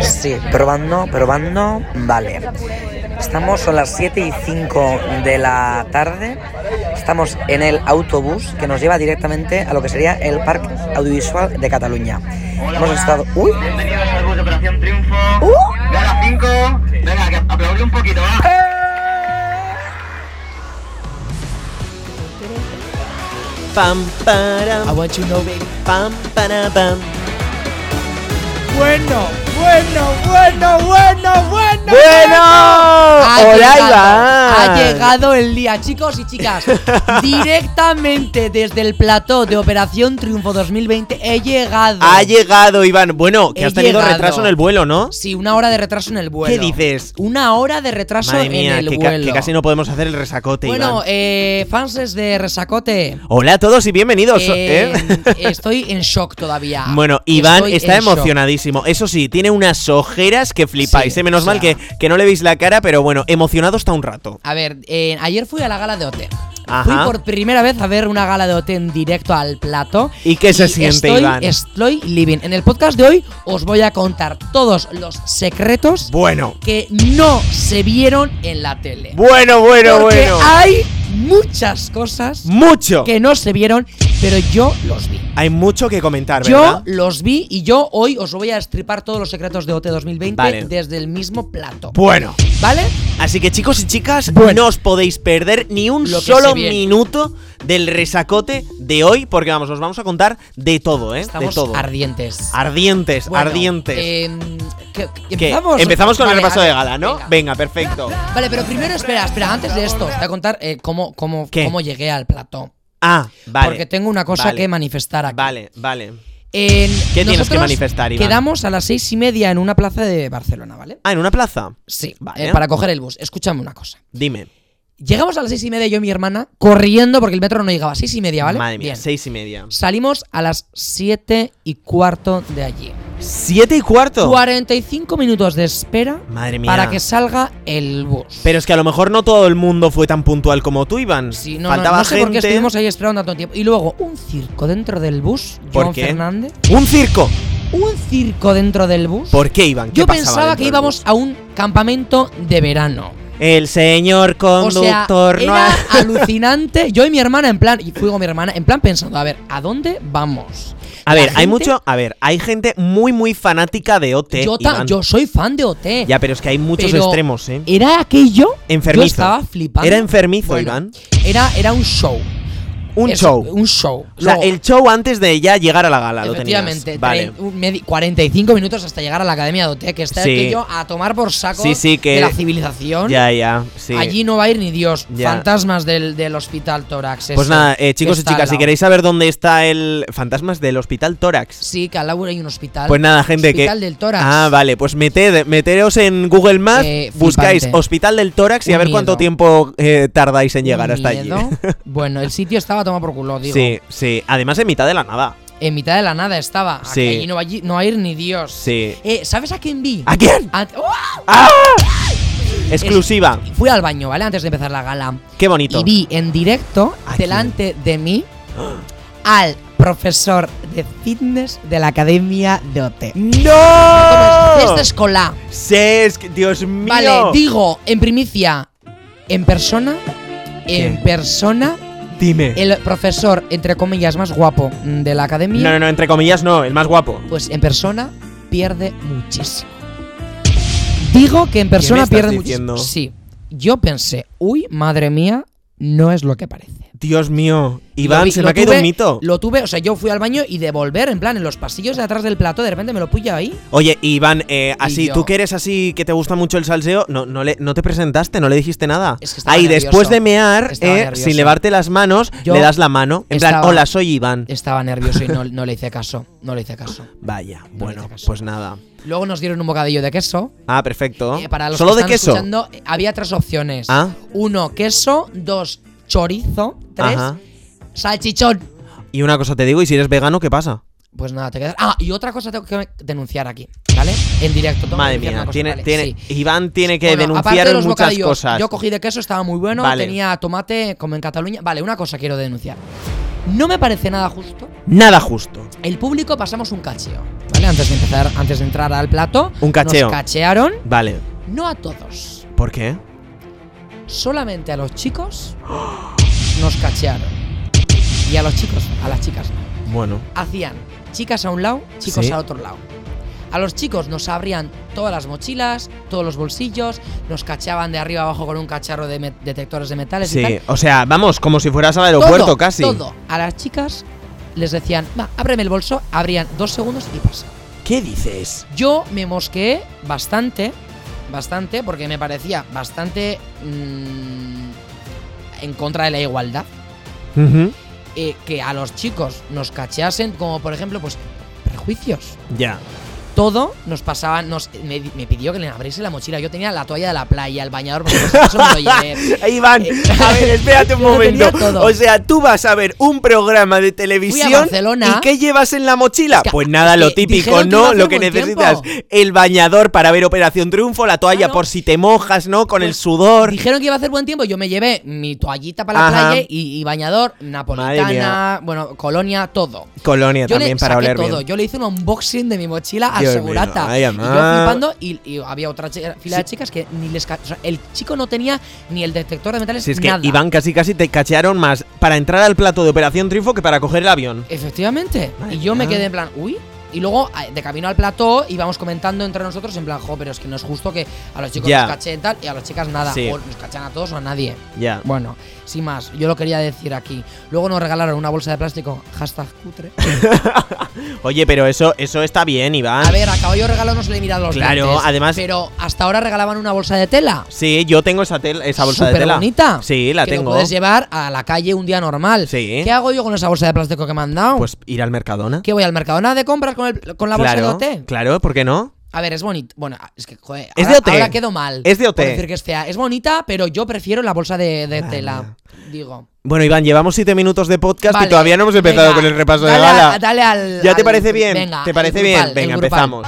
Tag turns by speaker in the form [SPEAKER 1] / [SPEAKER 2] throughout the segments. [SPEAKER 1] sí, probando, probando, vale. Estamos, son las 7 y 5 de la tarde, estamos en el autobús que nos lleva directamente a lo que sería el Parque Audiovisual de Cataluña.
[SPEAKER 2] Hola,
[SPEAKER 1] Hemos
[SPEAKER 2] buenas.
[SPEAKER 1] estado... ¡Uy!
[SPEAKER 2] Bienvenidos al bus de Operación Triunfo.
[SPEAKER 1] ¡Uh!
[SPEAKER 2] De a las 5. Venga, que aplaudí un poquito, va.
[SPEAKER 3] Pam, param,
[SPEAKER 4] I want you know, baby.
[SPEAKER 3] pam, para, pam.
[SPEAKER 4] Bueno, bueno, bueno, bueno, bueno.
[SPEAKER 3] ¡Bueno! ¡Hola, Iván!
[SPEAKER 5] ha llegado el día, chicos y chicas. directamente desde el plató de Operación Triunfo 2020 he llegado.
[SPEAKER 3] Ha llegado, Iván. Bueno, que
[SPEAKER 5] He
[SPEAKER 3] has tenido
[SPEAKER 5] llegado.
[SPEAKER 3] retraso en el vuelo, ¿no?
[SPEAKER 5] Sí, una hora de retraso en el vuelo.
[SPEAKER 3] ¿Qué dices?
[SPEAKER 5] Una hora de retraso
[SPEAKER 3] Madre mía,
[SPEAKER 5] en el
[SPEAKER 3] que, ca-
[SPEAKER 5] vuelo.
[SPEAKER 3] que casi no podemos hacer el resacote,
[SPEAKER 5] bueno,
[SPEAKER 3] Iván.
[SPEAKER 5] eh, fanses de Resacote.
[SPEAKER 3] Hola a todos y bienvenidos.
[SPEAKER 5] eh,
[SPEAKER 3] ¿eh?
[SPEAKER 5] Estoy en shock todavía.
[SPEAKER 3] Bueno, Iván
[SPEAKER 5] Estoy
[SPEAKER 3] está
[SPEAKER 5] en shock.
[SPEAKER 3] emocionadísimo. Eso sí, tiene unas ojeras que flipáis.
[SPEAKER 5] Sí,
[SPEAKER 3] ¿eh? Menos
[SPEAKER 5] o
[SPEAKER 3] mal
[SPEAKER 5] sea-
[SPEAKER 3] que, que no le veis la cara, pero bueno, emocionado está un rato.
[SPEAKER 5] A ver, eh, ayer fui a la gala de OT. Fui
[SPEAKER 3] Ajá.
[SPEAKER 5] por primera vez a ver una gala de OT en directo al plato.
[SPEAKER 3] ¿Y qué se siente,
[SPEAKER 5] estoy,
[SPEAKER 3] Iván?
[SPEAKER 5] Estoy living. En el podcast de hoy os voy a contar todos los secretos
[SPEAKER 3] Bueno,
[SPEAKER 5] que no se vieron en la tele.
[SPEAKER 3] bueno, bueno,
[SPEAKER 5] Porque
[SPEAKER 3] bueno.
[SPEAKER 5] hay muchas cosas
[SPEAKER 3] Mucho.
[SPEAKER 5] que no se vieron, pero yo los vi.
[SPEAKER 3] Hay mucho que comentar,
[SPEAKER 5] Yo
[SPEAKER 3] ¿verdad?
[SPEAKER 5] los vi y yo hoy os voy a estripar todos los secretos de OT 2020
[SPEAKER 3] Vale.
[SPEAKER 5] desde el mismo plato.
[SPEAKER 3] Bueno.
[SPEAKER 5] ¿Vale?
[SPEAKER 3] Así que chicos y chicas, no os podéis perder ni un
[SPEAKER 5] Lo que
[SPEAKER 3] solo
[SPEAKER 5] se viene.
[SPEAKER 3] minuto del resacote de hoy, porque vamos, os vamos a contar de todo, ¿eh? de
[SPEAKER 5] Estamos
[SPEAKER 3] todo.
[SPEAKER 5] ardientes.
[SPEAKER 3] Ardientes,
[SPEAKER 5] Bueno,
[SPEAKER 3] ardientes.
[SPEAKER 5] em, ¿qué- qué-
[SPEAKER 3] ¿Qué?
[SPEAKER 5] empezamos,
[SPEAKER 3] con
[SPEAKER 5] Vale,
[SPEAKER 3] el repaso
[SPEAKER 5] a
[SPEAKER 3] de
[SPEAKER 5] ver,
[SPEAKER 3] gala, ¿no? Venga,
[SPEAKER 5] venga.
[SPEAKER 3] perfecto.
[SPEAKER 5] Vale, pero primero, espera, espera, antes de esto, os voy a contar eh, cómo, cómo,
[SPEAKER 3] ¿Qué?
[SPEAKER 5] cómo llegué al plató.
[SPEAKER 3] Ah, vale.
[SPEAKER 5] Porque tengo una cosa
[SPEAKER 3] vale,
[SPEAKER 5] que manifestar aquí.
[SPEAKER 3] Vale, vale. ¿Qué
[SPEAKER 5] En-
[SPEAKER 3] tienes que
[SPEAKER 5] nosotros
[SPEAKER 3] manifestar, Iván?
[SPEAKER 5] Quedamos a las seis y media en una plaza de Barcelona, ¿vale?
[SPEAKER 3] Ah, en una plaza.
[SPEAKER 5] Sí,
[SPEAKER 3] Vale.
[SPEAKER 5] eh, para coger el bus. Escúchame una cosa.
[SPEAKER 3] Dime.
[SPEAKER 5] Llegamos a las seis y media yo y mi hermana corriendo porque el metro no llegaba. Seis y media, ¿vale?
[SPEAKER 3] Madre mía,
[SPEAKER 5] Bien.
[SPEAKER 3] seis y media.
[SPEAKER 5] Salimos a las siete y cuarto de allí.
[SPEAKER 3] ¿Siete y cuarto?
[SPEAKER 5] 45 minutos de espera
[SPEAKER 3] Madre mía.
[SPEAKER 5] para que salga el bus.
[SPEAKER 3] Pero es que a lo mejor no todo el mundo fue tan puntual como tú, Iván.
[SPEAKER 5] Sí, no, no,
[SPEAKER 3] Faltaba
[SPEAKER 5] no sé por qué
[SPEAKER 3] gente.
[SPEAKER 5] estuvimos ahí esperando tanto tiempo. Y luego, un circo dentro del bus,
[SPEAKER 3] ¿Por
[SPEAKER 5] John
[SPEAKER 3] qué?
[SPEAKER 5] Fernández.
[SPEAKER 3] Un circo.
[SPEAKER 5] Un circo dentro del bus.
[SPEAKER 3] ¿Por qué, Iván? ¿Qué
[SPEAKER 5] Yo
[SPEAKER 3] pasaba
[SPEAKER 5] pensaba
[SPEAKER 3] dentro
[SPEAKER 5] que
[SPEAKER 3] del
[SPEAKER 5] íbamos
[SPEAKER 3] bus?
[SPEAKER 5] a un campamento de verano.
[SPEAKER 3] El señor
[SPEAKER 5] O sea,
[SPEAKER 3] conductor no
[SPEAKER 5] era alucinante. Yo y mi hermana, en plan, y fui con mi hermana, en plan pensando, a ver, ¿a dónde vamos?
[SPEAKER 3] A ver,
[SPEAKER 5] La
[SPEAKER 3] hay
[SPEAKER 5] gente-
[SPEAKER 3] mucho. A ver, hay gente muy, muy fanática de OT.
[SPEAKER 5] Yo, ta-
[SPEAKER 3] Iván.
[SPEAKER 5] yo soy fan de OT.
[SPEAKER 3] Ya, pero es que hay muchos
[SPEAKER 5] Pero-
[SPEAKER 3] extremos, ¿eh?
[SPEAKER 5] Era aquello.
[SPEAKER 3] Enfermizo.
[SPEAKER 5] Yo estaba flipando.
[SPEAKER 3] Era enfermizo,
[SPEAKER 5] Bueno,
[SPEAKER 3] Iván.
[SPEAKER 5] Era, era un show.
[SPEAKER 3] Un
[SPEAKER 5] Es-
[SPEAKER 3] show.
[SPEAKER 5] Un show.
[SPEAKER 3] O sea,
[SPEAKER 5] Luego-
[SPEAKER 3] el show antes de ya llegar a la gala, lo tenías.
[SPEAKER 5] Efectivamente,
[SPEAKER 3] Vale.
[SPEAKER 5] trein- un medi- 45 minutos hasta llegar a la Academia Dote, que está
[SPEAKER 3] Sí.
[SPEAKER 5] aquello a tomar por saco
[SPEAKER 3] Sí, sí, que-
[SPEAKER 5] de la civilización.
[SPEAKER 3] Ya, ya. Sí.
[SPEAKER 5] Allí no va a ir ni Dios.
[SPEAKER 3] Ya.
[SPEAKER 5] Fantasmas del, del hospital Tórax.
[SPEAKER 3] Pues
[SPEAKER 5] ese,
[SPEAKER 3] nada, eh,
[SPEAKER 5] que
[SPEAKER 3] chicos y
[SPEAKER 5] está al
[SPEAKER 3] chicas, si
[SPEAKER 5] lado.
[SPEAKER 3] queréis saber dónde está el Fantasmas del Hospital Tórax.
[SPEAKER 5] Sí, que al lado hay un hospital.
[SPEAKER 3] Pues nada, gente, que.
[SPEAKER 5] Hospital del Tórax.
[SPEAKER 3] Ah, vale, pues meted, meteros en Google Maps,
[SPEAKER 5] Eh,
[SPEAKER 3] buscáis
[SPEAKER 5] flipante.
[SPEAKER 3] Hospital del Tórax y a
[SPEAKER 5] Un
[SPEAKER 3] ver cuánto
[SPEAKER 5] miedo.
[SPEAKER 3] tiempo eh, tardáis en llegar
[SPEAKER 5] Un
[SPEAKER 3] hasta allí.
[SPEAKER 5] miedo. Bueno, el sitio estaba a tomar por culo, digo.
[SPEAKER 3] Sí, sí. Además, en mitad de la nada.
[SPEAKER 5] En mitad de la nada estaba.
[SPEAKER 3] Sí.
[SPEAKER 5] Allí no va, allí- no va a ir ni Dios.
[SPEAKER 3] Sí.
[SPEAKER 5] Eh, ¿Sabes a quién vi?
[SPEAKER 3] ¿A quién? ¡Ah!
[SPEAKER 5] A- ¡Oh!
[SPEAKER 3] Exclusiva.
[SPEAKER 5] Fui al baño, ¿vale? Antes de empezar la gala.
[SPEAKER 3] Qué bonito.
[SPEAKER 5] y vi en directo,
[SPEAKER 3] ¿A quién?
[SPEAKER 5] delante de mí, al profesor de fitness de la Academia de OT.
[SPEAKER 3] ¡No!
[SPEAKER 5] Esta escolar.
[SPEAKER 3] Sesc, Dios mío.
[SPEAKER 5] Vale, digo, en primicia, en persona, en
[SPEAKER 3] ¿Qué?
[SPEAKER 5] persona,
[SPEAKER 3] Dime.
[SPEAKER 5] el profesor, entre comillas, más guapo mm, de la Academia,
[SPEAKER 3] No, no, no, entre comillas no, el más guapo.
[SPEAKER 5] pues en persona pierde muchísimo. Digo que en persona
[SPEAKER 3] estás
[SPEAKER 5] pierde
[SPEAKER 3] diciendo?
[SPEAKER 5] muchísimo. Sí. Yo pensé, uy, madre mía, no es lo que parece.
[SPEAKER 3] Dios mío.
[SPEAKER 5] Lo
[SPEAKER 3] Iván,
[SPEAKER 5] vi-
[SPEAKER 3] se
[SPEAKER 5] lo
[SPEAKER 3] me ha caído
[SPEAKER 5] tuve-
[SPEAKER 3] un mito.
[SPEAKER 5] Lo tuve, o sea, yo fui al baño y de volver, en plan, en los pasillos de atrás del plato, de repente me lo pilla ahí.
[SPEAKER 3] Oye, Iván, eh,
[SPEAKER 5] Y
[SPEAKER 3] así,
[SPEAKER 5] yo.
[SPEAKER 3] tú que eres así, que te gusta mucho el salseo, no, no, le, no te presentaste, no le dijiste nada.
[SPEAKER 5] Es que estaba
[SPEAKER 3] Ahí, después
[SPEAKER 5] nervioso.
[SPEAKER 3] de mear,
[SPEAKER 5] Estaba
[SPEAKER 3] eh,
[SPEAKER 5] nervioso.
[SPEAKER 3] sin levarte las manos,
[SPEAKER 5] Yo
[SPEAKER 3] le das la mano. En plan,
[SPEAKER 5] estaba-
[SPEAKER 3] hola, soy Iván.
[SPEAKER 5] Estaba nervioso y no, no le hice caso, no le hice caso.
[SPEAKER 3] Vaya, bueno,
[SPEAKER 5] hice este caso.
[SPEAKER 3] pues nada.
[SPEAKER 5] Luego nos dieron un bocadillo de queso.
[SPEAKER 3] Ah, perfecto.
[SPEAKER 5] Eh, para los
[SPEAKER 3] Solo
[SPEAKER 5] que
[SPEAKER 3] de
[SPEAKER 5] están
[SPEAKER 3] queso.
[SPEAKER 5] escuchando, eh, había tres opciones.
[SPEAKER 3] Ah.
[SPEAKER 5] Uno, queso. Dos, chorizo. Tres,
[SPEAKER 3] Ajá.
[SPEAKER 5] salchichón.
[SPEAKER 3] Y una cosa te digo, y si eres vegano, ¿qué pasa?
[SPEAKER 5] Pues nada, te quedas. Ah, y otra cosa tengo que denunciar aquí, ¿vale? En directo. tengo que
[SPEAKER 3] Madre
[SPEAKER 5] denunciar
[SPEAKER 3] mía,
[SPEAKER 5] una cosa,
[SPEAKER 3] tiene,
[SPEAKER 5] ¿vale?
[SPEAKER 3] tiene,
[SPEAKER 5] Sí.
[SPEAKER 3] Iván tiene que
[SPEAKER 5] Bueno, aparte
[SPEAKER 3] denunciar
[SPEAKER 5] de
[SPEAKER 3] en
[SPEAKER 5] los
[SPEAKER 3] muchas
[SPEAKER 5] bocadillos,
[SPEAKER 3] cosas.
[SPEAKER 5] Yo cogí de queso, estaba muy bueno,
[SPEAKER 3] Vale.
[SPEAKER 5] tenía tomate como en Cataluña. Vale, una cosa quiero denunciar. No me parece nada justo.
[SPEAKER 3] Nada justo.
[SPEAKER 5] El público pasamos un cacheo, ¿vale? Antes de empezar, antes de entrar al plato,
[SPEAKER 3] Un cacheo.
[SPEAKER 5] Nos cachearon,
[SPEAKER 3] Vale.
[SPEAKER 5] no a todos,
[SPEAKER 3] ¿Por qué?
[SPEAKER 5] solamente a los chicos nos cachearon. Y a los chicos, a las chicas. no.
[SPEAKER 3] Bueno.
[SPEAKER 5] Hacían chicas a un lado, chicos
[SPEAKER 3] Sí.
[SPEAKER 5] a otro lado. A los chicos nos abrían todas las mochilas, todos los bolsillos, nos cacheaban de arriba abajo con un cacharro de me- detectores de metales y tal.
[SPEAKER 3] Sí, o sea, vamos, como si fueras al
[SPEAKER 5] Todo,
[SPEAKER 3] aeropuerto casi.
[SPEAKER 5] Todo. A las chicas les decían, va, ábreme el bolso, abrían dos segundos y pasa.
[SPEAKER 3] ¿Qué dices?
[SPEAKER 5] Yo me mosqueé bastante, bastante, porque me parecía bastante mm, en contra de la igualdad. eh, que a los chicos nos cacheasen, como por ejemplo, pues, prejuicios.
[SPEAKER 3] Ya.
[SPEAKER 5] Todo nos pasaba, nos, me, me pidió que le abriese la mochila. Yo tenía la toalla de la playa, el bañador, por supuesto, eso me lo llevé. Eh,
[SPEAKER 3] Ahí van. A ver, espérate un
[SPEAKER 5] Yo lo tenía
[SPEAKER 3] momento.
[SPEAKER 5] todo.
[SPEAKER 3] O sea, tú vas a ver un programa de
[SPEAKER 5] Fui a
[SPEAKER 3] televisión.
[SPEAKER 5] Barcelona.
[SPEAKER 3] ¿Y qué llevas en la mochila?
[SPEAKER 5] que-
[SPEAKER 3] pues nada,
[SPEAKER 5] es
[SPEAKER 3] lo
[SPEAKER 5] que
[SPEAKER 3] típico,
[SPEAKER 5] dijeron que iba a
[SPEAKER 3] ¿no?
[SPEAKER 5] hacer
[SPEAKER 3] Lo que
[SPEAKER 5] buen
[SPEAKER 3] necesitas.
[SPEAKER 5] tiempo.
[SPEAKER 3] El bañador para ver Operación Triunfo, la toalla
[SPEAKER 5] Claro.
[SPEAKER 3] por si te mojas, ¿no? Con el
[SPEAKER 5] Pues,
[SPEAKER 3] sudor.
[SPEAKER 5] Dijeron que iba a hacer buen tiempo. Yo me llevé mi toallita para la
[SPEAKER 3] Ajá.
[SPEAKER 5] playa y, y bañador,
[SPEAKER 3] Madre
[SPEAKER 5] napolitana,
[SPEAKER 3] mía.
[SPEAKER 5] bueno, colonia, todo.
[SPEAKER 3] Colonia
[SPEAKER 5] Yo
[SPEAKER 3] también
[SPEAKER 5] le
[SPEAKER 3] para
[SPEAKER 5] saqué
[SPEAKER 3] oler
[SPEAKER 5] todo.
[SPEAKER 3] bien.
[SPEAKER 5] Yo le hice un unboxing de mi mochila a
[SPEAKER 3] Dios
[SPEAKER 5] segurata.
[SPEAKER 3] mío, ay,
[SPEAKER 5] y yo
[SPEAKER 3] amá.
[SPEAKER 5] flipando y, y había otra chi- fila de chicas que ni les... ca- o sea, el chico no tenía ni el detector de metales,
[SPEAKER 3] Si es que
[SPEAKER 5] nada.
[SPEAKER 3] Iván casi casi te cachearon más para entrar al plato de Operación Triunfo que para coger el avión.
[SPEAKER 5] Efectivamente.
[SPEAKER 3] Madre
[SPEAKER 5] Y yo me
[SPEAKER 3] mía.
[SPEAKER 5] quedé en plan, uy. Y luego, a- de camino al plató, íbamos comentando entre nosotros en plan, jo, pero es que no es justo que a los chicos
[SPEAKER 3] Ya.
[SPEAKER 5] nos cachen tal y a las chicas nada.
[SPEAKER 3] Sí.
[SPEAKER 5] O nos cachan a todos o a nadie.
[SPEAKER 3] Ya.
[SPEAKER 5] Bueno, sin más, yo lo quería decir aquí. Luego nos regalaron una bolsa de plástico, hashtag cutre.
[SPEAKER 3] Oye, pero eso, eso está bien, Iván.
[SPEAKER 5] A ver, a caballo regalado no se le miran los
[SPEAKER 3] Ah. Claro,
[SPEAKER 5] dientes,
[SPEAKER 3] además-
[SPEAKER 5] Pero hasta ahora regalaban una bolsa de tela.
[SPEAKER 3] Sí, yo tengo esa, tel- esa bolsa de
[SPEAKER 5] Súper
[SPEAKER 3] tela.
[SPEAKER 5] bonita.
[SPEAKER 3] Sí, la
[SPEAKER 5] que lo
[SPEAKER 3] tengo.
[SPEAKER 5] puedes llevar a la calle un día normal.
[SPEAKER 3] Sí.
[SPEAKER 5] ¿Qué hago yo con esa bolsa de plástico que me han dado?
[SPEAKER 3] Pues ir al Mercadona.
[SPEAKER 5] ¿Qué voy al mercado? ¿Nada de compras con, el- con la bolsa
[SPEAKER 3] claro,
[SPEAKER 5] de OT?
[SPEAKER 3] claro, ¿por qué no?
[SPEAKER 5] A ver, es bonito. Bueno, es que, joder.
[SPEAKER 3] Es
[SPEAKER 5] ahora,
[SPEAKER 3] de OT.
[SPEAKER 5] ahora quedo mal.
[SPEAKER 3] Es de OT.
[SPEAKER 5] por decir que es fea. Es bonita, pero yo prefiero la bolsa de, de
[SPEAKER 3] Madre
[SPEAKER 5] tela. Digo.
[SPEAKER 3] Bueno, Iván, llevamos siete minutos de podcast
[SPEAKER 5] Vale,
[SPEAKER 3] y todavía no hemos empezado
[SPEAKER 5] venga,
[SPEAKER 3] con el repaso de
[SPEAKER 5] dale a-
[SPEAKER 3] gala.
[SPEAKER 5] dale al.
[SPEAKER 3] ¿Ya te
[SPEAKER 5] al-
[SPEAKER 3] parece bien?
[SPEAKER 5] Venga,
[SPEAKER 3] ¿Te
[SPEAKER 5] el
[SPEAKER 3] parece
[SPEAKER 5] grupal,
[SPEAKER 3] bien? Venga,
[SPEAKER 5] el grupal.
[SPEAKER 3] empezamos.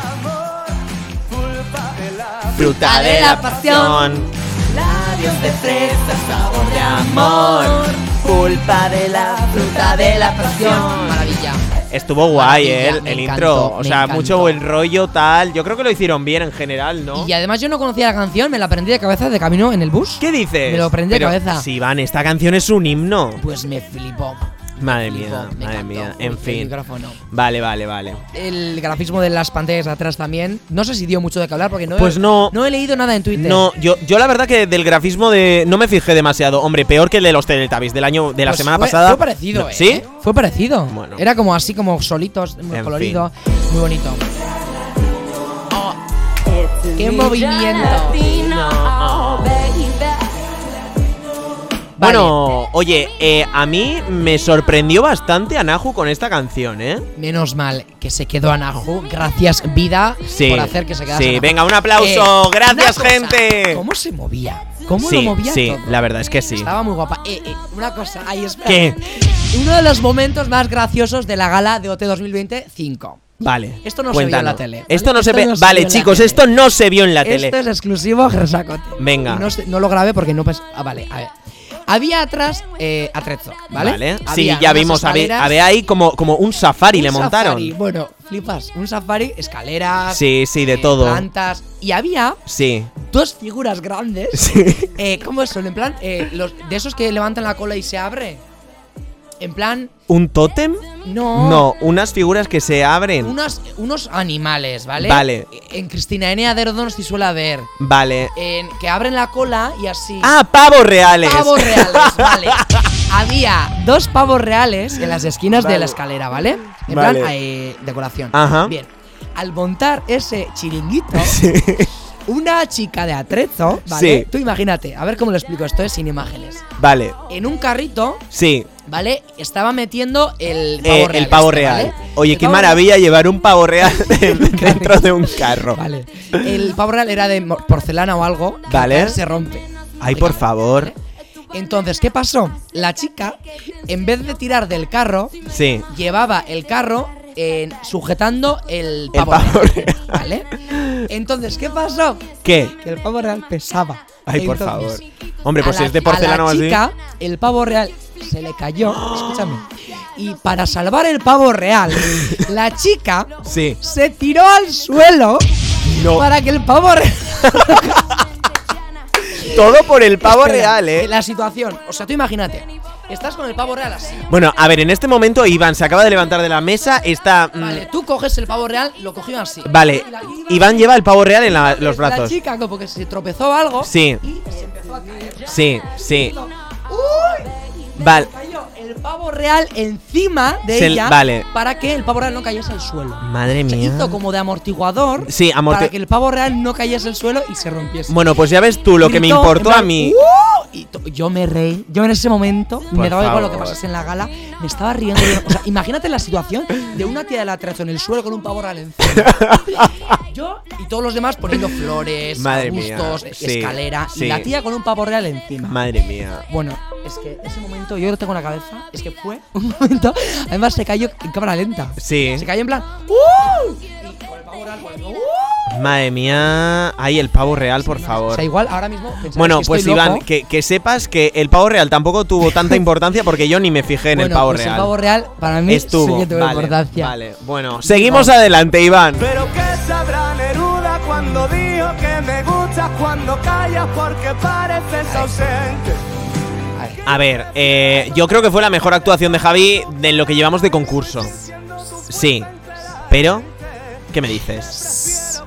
[SPEAKER 3] Fruta de la pasión,
[SPEAKER 5] Labios de fresa, sabor de amor.
[SPEAKER 3] culpa de la
[SPEAKER 5] Fruta de la pasión. Maravilla.
[SPEAKER 3] Estuvo guay, eh, el,
[SPEAKER 5] Maravilla, me
[SPEAKER 3] el
[SPEAKER 5] encantó,
[SPEAKER 3] intro. O
[SPEAKER 5] me
[SPEAKER 3] sea,
[SPEAKER 5] encantó.
[SPEAKER 3] mucho buen rollo, tal. Yo creo que lo hicieron bien en general, ¿no?
[SPEAKER 5] Y además yo no conocía la canción, me la aprendí de cabeza de camino en el bus.
[SPEAKER 3] ¿Qué dices?
[SPEAKER 5] Me lo aprendí de
[SPEAKER 3] Pero,
[SPEAKER 5] cabeza.
[SPEAKER 3] Sí, Iván, esta canción es un himno.
[SPEAKER 5] Pues me flipó.
[SPEAKER 3] Madre
[SPEAKER 5] Me
[SPEAKER 3] mía,
[SPEAKER 5] flipó, me
[SPEAKER 3] madre
[SPEAKER 5] encantó.
[SPEAKER 3] mía.
[SPEAKER 5] Uy,
[SPEAKER 3] En
[SPEAKER 5] el
[SPEAKER 3] fin.
[SPEAKER 5] micrófono.
[SPEAKER 3] Vale, vale, vale.
[SPEAKER 5] El grafismo de las pantallas de atrás también. No sé si dio mucho de qué hablar porque no,
[SPEAKER 3] Pues
[SPEAKER 5] he,
[SPEAKER 3] no.
[SPEAKER 5] he leído nada en Twitter.
[SPEAKER 3] No, yo, yo la verdad que del grafismo de no me fijé demasiado. Hombre, peor que el de los Teletubbies del año de la
[SPEAKER 5] Pues
[SPEAKER 3] semana
[SPEAKER 5] fue-
[SPEAKER 3] pasada.
[SPEAKER 5] Fue parecido,
[SPEAKER 3] No,
[SPEAKER 5] eh.
[SPEAKER 3] ¿Sí?
[SPEAKER 5] Fue parecido.
[SPEAKER 3] Bueno.
[SPEAKER 5] Era como así, como solitos, muy
[SPEAKER 3] En
[SPEAKER 5] colorido, muy bonito. Oh, ¡Qué movimiento!
[SPEAKER 6] oh,
[SPEAKER 5] Vale.
[SPEAKER 3] Bueno, oye, eh, a mí me sorprendió bastante Anahu con esta canción, ¿eh?
[SPEAKER 5] Menos mal que se quedó Anahu. Gracias, vida,
[SPEAKER 3] Sí.
[SPEAKER 5] por hacer que se quedase.
[SPEAKER 3] Sí,
[SPEAKER 5] Anahu. Eh,
[SPEAKER 3] venga, un aplauso. Gracias,
[SPEAKER 5] una cosa,
[SPEAKER 3] gente.
[SPEAKER 5] ¿Cómo se movía? ¿Cómo
[SPEAKER 3] sí,
[SPEAKER 5] lo movía
[SPEAKER 3] sí,
[SPEAKER 5] todo?
[SPEAKER 3] la verdad es que sí.
[SPEAKER 5] Estaba muy guapa. Eh, eh, una cosa, ahí espera.
[SPEAKER 3] ¿Qué?
[SPEAKER 5] Uno de los momentos más graciosos de la gala de OT 2025.
[SPEAKER 3] Vale.
[SPEAKER 5] Esto no se
[SPEAKER 3] cuéntanos.
[SPEAKER 5] vio en la tele, ¿vale?
[SPEAKER 3] Esto no se
[SPEAKER 5] Esto
[SPEAKER 3] ve.
[SPEAKER 5] no se vio
[SPEAKER 3] vale,
[SPEAKER 5] en la
[SPEAKER 3] chicos,
[SPEAKER 5] tele.
[SPEAKER 3] esto no se vio en la tele.
[SPEAKER 5] Esto es exclusivo Resacote.
[SPEAKER 3] Venga.
[SPEAKER 5] No, sé- no lo grabé porque no pensé. Ah, vale, a ver. Había atrás eh, atrezo, ¿vale?
[SPEAKER 3] Sí,
[SPEAKER 5] Había
[SPEAKER 3] ya
[SPEAKER 5] unas
[SPEAKER 3] vimos. A ver,
[SPEAKER 5] escaleras,
[SPEAKER 3] a ver ahí como, como un safari
[SPEAKER 5] un
[SPEAKER 3] le montaron.
[SPEAKER 5] safari. Bueno, flipas. Un safari, escaleras.
[SPEAKER 3] Sí, sí, de
[SPEAKER 5] eh,
[SPEAKER 3] todo.
[SPEAKER 5] Plantas. Y había
[SPEAKER 3] Sí.
[SPEAKER 5] dos figuras grandes.
[SPEAKER 3] Sí.
[SPEAKER 5] Eh, ¿Cómo son? En plan, eh, los, de esos que levantan la cola y se abre. En plan,
[SPEAKER 3] ¿Un tótem?
[SPEAKER 5] no.
[SPEAKER 3] No, unas figuras que se abren.
[SPEAKER 5] Unos, unos animales, ¿vale?
[SPEAKER 3] Vale.
[SPEAKER 5] En Cristina N. Aderdon se suele haber.
[SPEAKER 3] Vale.
[SPEAKER 5] En, que abren la cola y así.
[SPEAKER 3] Ah, pavos reales.
[SPEAKER 5] Pavos reales, vale. Había dos pavos reales en las esquinas de
[SPEAKER 3] Vale.
[SPEAKER 5] la escalera, ¿vale? En
[SPEAKER 3] Vale.
[SPEAKER 5] plan, eh, decoración.
[SPEAKER 3] Ajá.
[SPEAKER 5] Bien. Al montar ese chiringuito, una chica de atrezo, ¿vale?
[SPEAKER 3] Sí.
[SPEAKER 5] Tú imagínate, a ver cómo lo explico esto, es sin imágenes.
[SPEAKER 3] Vale.
[SPEAKER 5] En un carrito,
[SPEAKER 3] Sí.
[SPEAKER 5] ¿vale? Estaba metiendo el pavo
[SPEAKER 3] Eh,
[SPEAKER 5] real.
[SPEAKER 3] el pavo
[SPEAKER 5] este,
[SPEAKER 3] real.
[SPEAKER 5] ¿vale?
[SPEAKER 3] Oye,
[SPEAKER 5] El
[SPEAKER 3] qué
[SPEAKER 5] pavo real-
[SPEAKER 3] maravilla llevar un pavo real dentro de un carro.
[SPEAKER 5] Vale. El pavo real era de mo- porcelana o algo. que
[SPEAKER 3] Vale.
[SPEAKER 5] al caer Se rompe.
[SPEAKER 3] Ay, por favor.
[SPEAKER 5] Entonces, ¿qué pasó? La chica, en vez de tirar del carro,
[SPEAKER 3] Sí.
[SPEAKER 5] llevaba el carro en- sujetando el pavo,
[SPEAKER 3] pavo
[SPEAKER 5] real,
[SPEAKER 3] real.
[SPEAKER 5] ¿Vale? Entonces, ¿qué pasó?
[SPEAKER 3] ¿Qué?
[SPEAKER 5] Que el pavo real pesaba.
[SPEAKER 3] Ay, por favor.
[SPEAKER 5] Entonces,
[SPEAKER 3] Hombre, pues
[SPEAKER 5] a
[SPEAKER 3] si
[SPEAKER 5] la-
[SPEAKER 3] es de porcelana o
[SPEAKER 5] a la
[SPEAKER 3] así.
[SPEAKER 5] chica, el pavo real se le cayó, escúchame, Y para salvar el pavo real, la chica
[SPEAKER 3] Sí.
[SPEAKER 5] se tiró al suelo
[SPEAKER 3] No.
[SPEAKER 5] para que el pavo real.
[SPEAKER 3] Todo por el pavo
[SPEAKER 5] Espera,
[SPEAKER 3] real, ¿eh?
[SPEAKER 5] La situación. O sea, tú imagínate. Estás con el pavo real así.
[SPEAKER 3] Bueno, a ver, en este momento Iván se acaba de levantar de la mesa, está... mm,
[SPEAKER 5] Vale, tú coges el pavo real, lo cogió así.
[SPEAKER 3] vale, Iván lleva el pavo real en la- los
[SPEAKER 5] La
[SPEAKER 3] brazos.
[SPEAKER 5] chica, como que se tropezó algo.
[SPEAKER 3] Sí,
[SPEAKER 5] Y se empezó a caer.
[SPEAKER 3] sí, sí.
[SPEAKER 5] ¡Uy!
[SPEAKER 3] Vale,
[SPEAKER 5] Cayó el pavo real encima de
[SPEAKER 3] Se-
[SPEAKER 5] ella.
[SPEAKER 3] vale.
[SPEAKER 5] Para que el pavo real no cayese al suelo.
[SPEAKER 3] madre
[SPEAKER 5] O sea,
[SPEAKER 3] mía.
[SPEAKER 5] hizo como de amortiguador.
[SPEAKER 3] Sí, amorti-
[SPEAKER 5] Para que el pavo real no cayese al suelo y se rompiese.
[SPEAKER 3] Bueno, pues ya ves tú lo que me
[SPEAKER 5] Gritó,
[SPEAKER 3] importó
[SPEAKER 5] en
[SPEAKER 3] a
[SPEAKER 5] plan,
[SPEAKER 3] mí.
[SPEAKER 5] "¡Uh!". Y to- yo me reí. Yo en ese momento
[SPEAKER 3] Por
[SPEAKER 5] me daba igual lo que
[SPEAKER 3] favor.
[SPEAKER 5] pasase en la gala. Me estaba riendo. yo- o sea, imagínate la situación de una tía de la atracción en el suelo con un pavo real encima. yo y todos los demás poniendo flores,
[SPEAKER 3] Madre mía,
[SPEAKER 5] bustos,
[SPEAKER 3] sí,
[SPEAKER 5] escalera.
[SPEAKER 3] sí.
[SPEAKER 5] Y la tía con un pavo real encima.
[SPEAKER 3] Madre mía.
[SPEAKER 5] Bueno, es que ese momento yo lo tengo en la cabeza. Es que fue un momento. Además, se cayó en cámara lenta.
[SPEAKER 3] Sí.
[SPEAKER 5] Se cayó en plan. ¡Uh! Y con el pavo real, con el- ¡Uh!
[SPEAKER 3] Madre mía. Ay, el pavo real, por
[SPEAKER 5] O
[SPEAKER 3] favor.
[SPEAKER 5] sea, igual ahora mismo. pensáis
[SPEAKER 3] Bueno,
[SPEAKER 5] que
[SPEAKER 3] pues
[SPEAKER 5] estoy
[SPEAKER 3] Iván,
[SPEAKER 5] loco.
[SPEAKER 3] que, que sepas que el pavo real tampoco tuvo tanta importancia porque yo ni me fijé en el
[SPEAKER 5] Bueno,
[SPEAKER 3] pavo
[SPEAKER 5] pues
[SPEAKER 3] real.
[SPEAKER 5] El pavo real para mí sí
[SPEAKER 3] Estuvo.
[SPEAKER 5] que tuvo
[SPEAKER 3] vale,
[SPEAKER 5] importancia.
[SPEAKER 3] vale. bueno. Seguimos adelante, Iván.
[SPEAKER 4] Pero que sabrá Neruda cuando dijo que me gustas cuando callas porque pareces ausente.
[SPEAKER 3] A ver, eh, yo creo que fue la mejor actuación de Javi de lo que llevamos de concurso. Sí. Pero, ¿qué me dices?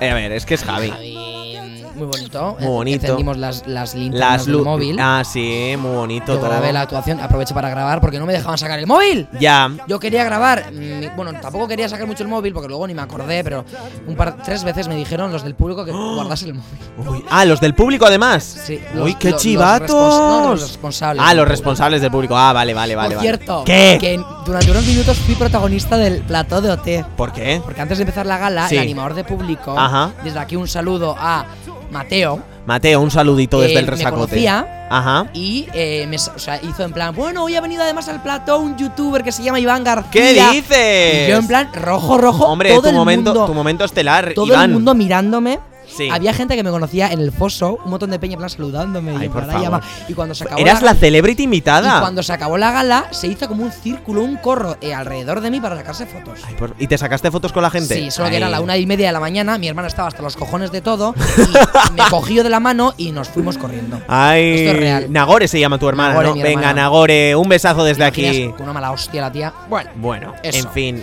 [SPEAKER 3] Eh, a ver, es que es Javi.
[SPEAKER 5] Pues, Javi, mm, Muy bonito.
[SPEAKER 3] Muy bonito.
[SPEAKER 5] Encendimos las, las linternas
[SPEAKER 3] Las
[SPEAKER 5] del
[SPEAKER 3] luces.
[SPEAKER 5] móvil.
[SPEAKER 3] Ah, sí, muy bonito
[SPEAKER 5] yo
[SPEAKER 3] todo.
[SPEAKER 5] grabé la actuación. Aproveché para grabar porque no me dejaban sacar el móvil.
[SPEAKER 3] Ya.
[SPEAKER 5] Yo quería grabar, mm, bueno, tampoco quería sacar mucho el móvil porque luego ni me acordé, pero un par, tres veces me dijeron los del público que guardase el móvil.
[SPEAKER 3] Uy, Ah, los del público además.
[SPEAKER 5] Sí,
[SPEAKER 3] ¡Oh! Uy,
[SPEAKER 5] los-
[SPEAKER 3] qué
[SPEAKER 5] lo- los
[SPEAKER 3] chivatos.
[SPEAKER 5] respons- no, los responsables
[SPEAKER 3] Ah,
[SPEAKER 5] del
[SPEAKER 3] los
[SPEAKER 5] público.
[SPEAKER 3] responsables del público. Ah, vale, vale, vale.
[SPEAKER 5] Por
[SPEAKER 3] vale.
[SPEAKER 5] cierto,
[SPEAKER 3] ¿Qué?
[SPEAKER 5] que durante unos minutos fui protagonista del plató de OT.
[SPEAKER 3] ¿Por qué?
[SPEAKER 5] Porque antes de empezar la gala,
[SPEAKER 3] Sí.
[SPEAKER 5] el animador de público,
[SPEAKER 3] Ajá.
[SPEAKER 5] desde aquí un saludo a Mateo,
[SPEAKER 3] Mateo, un saludito desde
[SPEAKER 5] Eh,
[SPEAKER 3] el
[SPEAKER 5] me
[SPEAKER 3] resacote.
[SPEAKER 5] conocía.
[SPEAKER 3] Ajá.
[SPEAKER 5] y eh, me sa- o sea, hizo en plan, bueno, hoy ha venido además al plató un youtuber que se llama Iván García.
[SPEAKER 3] ¿Qué dices?
[SPEAKER 5] Y yo en plan, rojo, rojo,
[SPEAKER 3] Hombre,
[SPEAKER 5] todo
[SPEAKER 3] tu
[SPEAKER 5] el
[SPEAKER 3] momento,
[SPEAKER 5] mundo-
[SPEAKER 3] tu momento estelar,
[SPEAKER 5] todo
[SPEAKER 3] Eh, Iván.
[SPEAKER 5] el mundo mirándome.
[SPEAKER 3] Sí.
[SPEAKER 5] Había gente que me conocía en el foso, un montón de peña en plan saludándome.
[SPEAKER 3] Ay,
[SPEAKER 5] y, en
[SPEAKER 3] por
[SPEAKER 5] plan, "Ay,
[SPEAKER 3] favor.
[SPEAKER 5] ama". y cuando se acabó
[SPEAKER 3] Eras
[SPEAKER 5] la,
[SPEAKER 3] la celebrity
[SPEAKER 5] y
[SPEAKER 3] invitada.
[SPEAKER 5] cuando se acabó la gala, se hizo como un círculo, un corro eh, alrededor de mí para sacarse fotos.
[SPEAKER 3] Ay, por- ¿Y te sacaste fotos con la gente?
[SPEAKER 5] Sí, solo que
[SPEAKER 3] Ay.
[SPEAKER 5] era la una y media de la mañana, mi hermana estaba hasta los cojones de todo, y me cogió de la mano y nos fuimos corriendo.
[SPEAKER 3] Ay,
[SPEAKER 5] Esto es real.
[SPEAKER 3] Nagore se llama tu hermana,
[SPEAKER 5] Nagore,
[SPEAKER 3] ¿no?
[SPEAKER 5] mi
[SPEAKER 3] Venga,
[SPEAKER 5] hermana.
[SPEAKER 3] Nagore, un besazo desde aquí.
[SPEAKER 5] Imaginas, Con una mala hostia la tía. Bueno,
[SPEAKER 3] Bueno,
[SPEAKER 5] Eso.
[SPEAKER 3] en fin.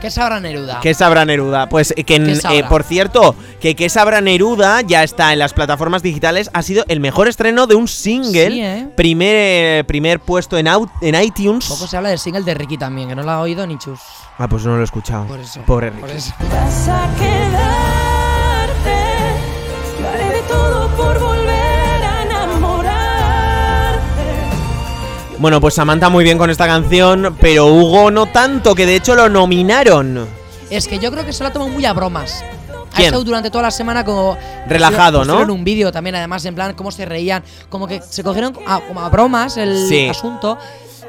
[SPEAKER 5] ¿qué sabrá Neruda?
[SPEAKER 3] ¿Qué sabrá Neruda? Pues eh, que, en-
[SPEAKER 5] ¿Qué sabrá?
[SPEAKER 3] eh, por cierto, que ¿Qué sabrá Neruda? ya está en las plataformas digitales. Ha sido el mejor estreno de un single.
[SPEAKER 5] Sí, ¿eh?
[SPEAKER 3] primer, primer puesto en, au- en iTunes.
[SPEAKER 5] Poco se habla del single de Ricky también, que no lo ha oído ni chus.
[SPEAKER 3] Ah, pues no lo he escuchado.
[SPEAKER 5] Por eso.
[SPEAKER 3] Pobre Ricky.
[SPEAKER 5] Por eso.
[SPEAKER 6] Vas a quedarte, haré de todo por volver a enamorarte.
[SPEAKER 3] Bueno, pues Samantha muy bien con esta canción, pero Hugo no tanto, que de hecho lo nominaron.
[SPEAKER 5] Es que yo creo que se lo ha tomado muy a bromas. Ha
[SPEAKER 3] ¿Quién?
[SPEAKER 5] estado durante toda la semana como...
[SPEAKER 3] Relajado,
[SPEAKER 5] pusieron- pusieron
[SPEAKER 3] ¿no?
[SPEAKER 5] un vídeo también, además, en plan, cómo se reían. Como que se cogieron a, como a bromas el
[SPEAKER 3] Sí.
[SPEAKER 5] asunto